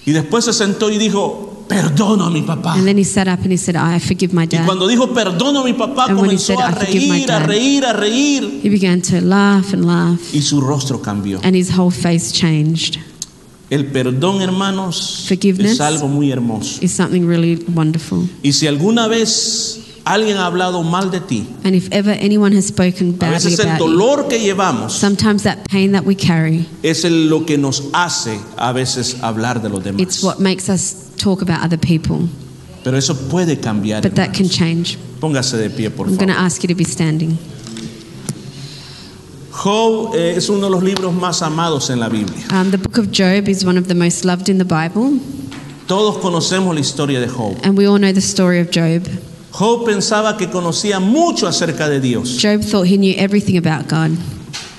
Speaker 1: Y después se sentó y dijo, perdono a mi papá.
Speaker 2: And then he sat up and he said, I forgive my
Speaker 1: Y
Speaker 2: dad.
Speaker 1: cuando dijo, perdono a mi papá,
Speaker 2: And when he
Speaker 1: comenzó
Speaker 2: said,
Speaker 1: a
Speaker 2: "I forgive my
Speaker 1: reír, a
Speaker 2: dad."
Speaker 1: reír, a reír.
Speaker 2: He began to laugh and laugh,
Speaker 1: Y su rostro cambió.
Speaker 2: and his whole face changed.
Speaker 1: El perdón, hermanos,
Speaker 2: Forgiveness.
Speaker 1: es algo muy hermoso.
Speaker 2: It's something really wonderful.
Speaker 1: Y si alguna vez alguien ha hablado mal de ti,
Speaker 2: And if ever anyone has spoken
Speaker 1: a
Speaker 2: badly
Speaker 1: veces el
Speaker 2: about you,
Speaker 1: dolor que llevamos
Speaker 2: sometimes that pain that we carry,
Speaker 1: es el- lo que nos hace a veces hablar de los
Speaker 2: it's
Speaker 1: demás.
Speaker 2: what makes us talk about other people.
Speaker 1: Pero eso puede cambiar.
Speaker 2: But that can
Speaker 1: hermanos.
Speaker 2: change.
Speaker 1: Póngase de pie, por
Speaker 2: I'm going to
Speaker 1: favor.
Speaker 2: ask you to be standing.
Speaker 1: Job eh, es uno de los libros más amados en la Biblia.
Speaker 2: Um, the book of Job is one of the most loved in the Bible,
Speaker 1: Todos conocemos la historia de Job.
Speaker 2: and we all know the story of Job.
Speaker 1: Job pensaba que conocía mucho acerca de Dios
Speaker 2: Job thought he knew everything about God,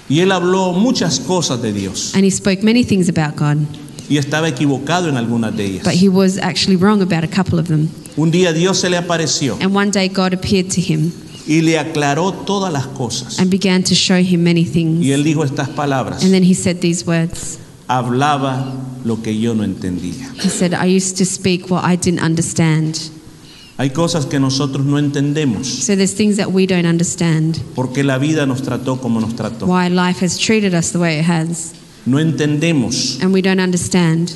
Speaker 1: y él habló muchas cosas de Dios
Speaker 2: and he spoke many things about God,
Speaker 1: y estaba equivocado en algunas de ellas.
Speaker 2: but he was actually wrong about a couple of them.
Speaker 1: Un día Dios se le apareció
Speaker 2: And one day God appeared to him
Speaker 1: y le aclaró todas las cosas.
Speaker 2: and began to show him many things.
Speaker 1: Y él dijo estas palabras.
Speaker 2: And then he said these words
Speaker 1: Hablaba lo que yo no entendía.
Speaker 2: He said, I used to speak what I didn't understand.
Speaker 1: Hay cosas que nosotros no entendemos
Speaker 2: So there's things that we don't understand
Speaker 1: porque la vida nos trató como nos trató.
Speaker 2: why life has treated us the way it has,
Speaker 1: No entendemos
Speaker 2: and we don't understand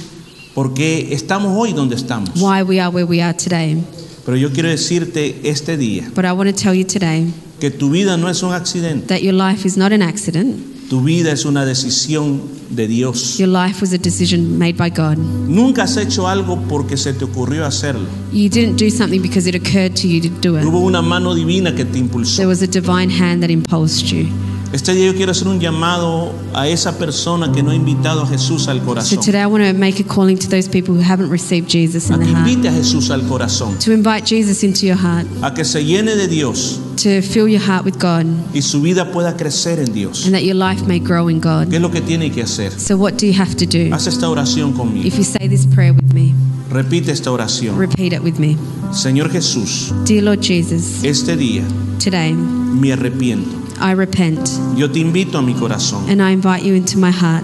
Speaker 1: porque estamos hoy donde estamos.
Speaker 2: why we are where we are today.
Speaker 1: Pero yo quiero decirte este día
Speaker 2: But I want to tell you today
Speaker 1: que tu vida no es un accidente,
Speaker 2: that your life is not an accident.
Speaker 1: tu vida es una decisión de Dios.
Speaker 2: Your life was a decision made by God.
Speaker 1: Nunca has hecho algo porque se te ocurrió hacerlo.
Speaker 2: You didn't do something because it occurred to you to do it.
Speaker 1: Hubo una mano divina que te impulsó.
Speaker 2: There was a divine hand that impulsed you.
Speaker 1: Este día yo quiero hacer un llamado a esa persona que no ha invitado a Jesús al
Speaker 2: So
Speaker 1: corazón.
Speaker 2: today I want to make a calling to those people who haven't received Jesus
Speaker 1: A
Speaker 2: in
Speaker 1: que
Speaker 2: their heart.
Speaker 1: invite a Jesús al corazón.
Speaker 2: To invite Jesus into your heart,
Speaker 1: A que se llene de Dios
Speaker 2: to fill your heart with God, and
Speaker 1: y su vida pueda crecer en Dios.
Speaker 2: that your life may grow in
Speaker 1: ¿Qué
Speaker 2: God.
Speaker 1: es lo que tiene que hacer?
Speaker 2: So, what do you have to do?
Speaker 1: Haz esta oración conmigo.
Speaker 2: If you say this prayer with me,
Speaker 1: Repite esta oración.
Speaker 2: repeat it with me.
Speaker 1: Señor Jesús,
Speaker 2: Dear Lord Jesus,
Speaker 1: este día
Speaker 2: today
Speaker 1: me arrepiento.
Speaker 2: I repent
Speaker 1: Yo te invito a mi corazón.
Speaker 2: and I invite you into my heart.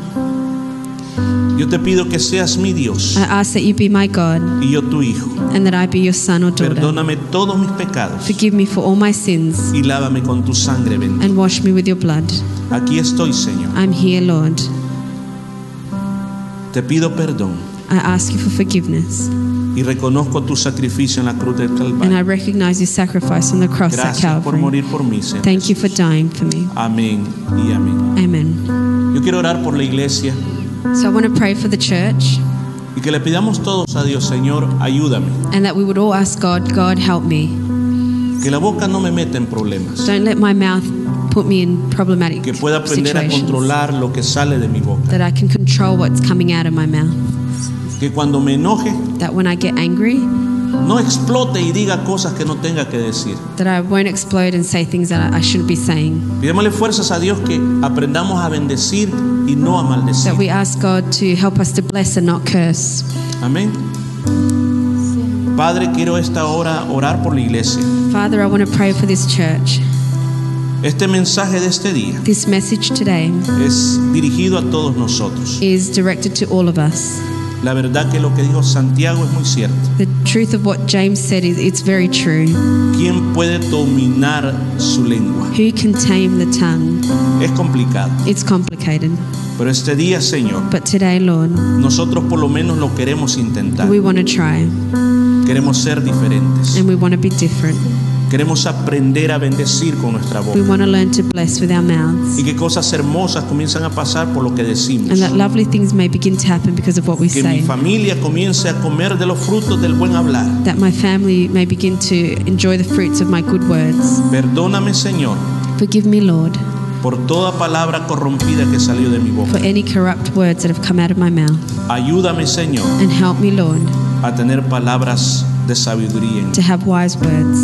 Speaker 1: Yo te pido que seas mi Dios
Speaker 2: I ask that you be my God
Speaker 1: y yo tu Hijo.
Speaker 2: and that I be your son or daughter.
Speaker 1: Perdóname todos mis pecados
Speaker 2: Forgive me for all my sins
Speaker 1: y lávame con tu sangre bendita.
Speaker 2: and wash me with your blood.
Speaker 1: Aquí estoy, Señor.
Speaker 2: I'm here, Lord.
Speaker 1: Te pido perdón
Speaker 2: I ask you for forgiveness
Speaker 1: y reconozco tu sacrificio en la cruz del
Speaker 2: and I
Speaker 1: Calvario.
Speaker 2: recognize your sacrifice on the cross at
Speaker 1: Gracias por
Speaker 2: Calvary.
Speaker 1: morir por mí, Señor.
Speaker 2: Thank you for dying for me.
Speaker 1: Amén y amén.
Speaker 2: Amen.
Speaker 1: Yo quiero orar por la iglesia
Speaker 2: So I want to pray for the church
Speaker 1: y que le pidamos todos a Dios, Señor, ayúdame.
Speaker 2: and that we would all ask God, God, help me.
Speaker 1: Que la boca no me meta en problemas.
Speaker 2: Don't let my mouth put me in problematic
Speaker 1: Que pueda aprender a
Speaker 2: situations.
Speaker 1: controlar lo que sale de mi boca.
Speaker 2: That I can control what's coming out of my mouth.
Speaker 1: Que cuando me enoje,
Speaker 2: That when I get angry,
Speaker 1: no explote y diga cosas que no tenga que decir.
Speaker 2: that I won't explode and say things that I I shouldn't be saying.
Speaker 1: Pidémosle fuerzas a Dios que aprendamos a bendecir y no a
Speaker 2: That
Speaker 1: maldecir.
Speaker 2: we ask God to help us to bless and not curse.
Speaker 1: Amén. Padre, quiero esta hora orar por la iglesia.
Speaker 2: Father, I want to pray for this church.
Speaker 1: Este mensaje de este día
Speaker 2: This message today
Speaker 1: es dirigido a todos nosotros.
Speaker 2: is directed to all of us.
Speaker 1: La verdad que lo que dijo Santiago es muy cierto.
Speaker 2: The truth of what James said is it's very true.
Speaker 1: ¿Quién puede dominar su lengua?
Speaker 2: Who can tame the tongue?
Speaker 1: Es complicado.
Speaker 2: It's complicated.
Speaker 1: Pero este día, Señor,
Speaker 2: But today, Lord,
Speaker 1: nosotros por lo menos lo queremos intentar.
Speaker 2: we want to try
Speaker 1: Queremos ser diferentes.
Speaker 2: and we want to be different.
Speaker 1: Queremos aprender a bendecir con nuestra
Speaker 2: We
Speaker 1: boca.
Speaker 2: want to learn to bless with our mouths
Speaker 1: Y que cosas hermosas comienzan a pasar por lo que decimos.
Speaker 2: and that lovely things may begin to happen because of what we
Speaker 1: Que mi
Speaker 2: say.
Speaker 1: familia comience a comer de los frutos del buen hablar.
Speaker 2: That my family may begin to enjoy the fruits of my good words.
Speaker 1: Perdóname, Señor,
Speaker 2: Forgive me, Lord,
Speaker 1: por toda palabra corrompida que salió de mi
Speaker 2: for
Speaker 1: boca.
Speaker 2: any corrupt words that have come out of my mouth.
Speaker 1: Ayúdame, Señor,
Speaker 2: And help me, Lord,
Speaker 1: a tener palabras de sabiduría en,
Speaker 2: to have wise words.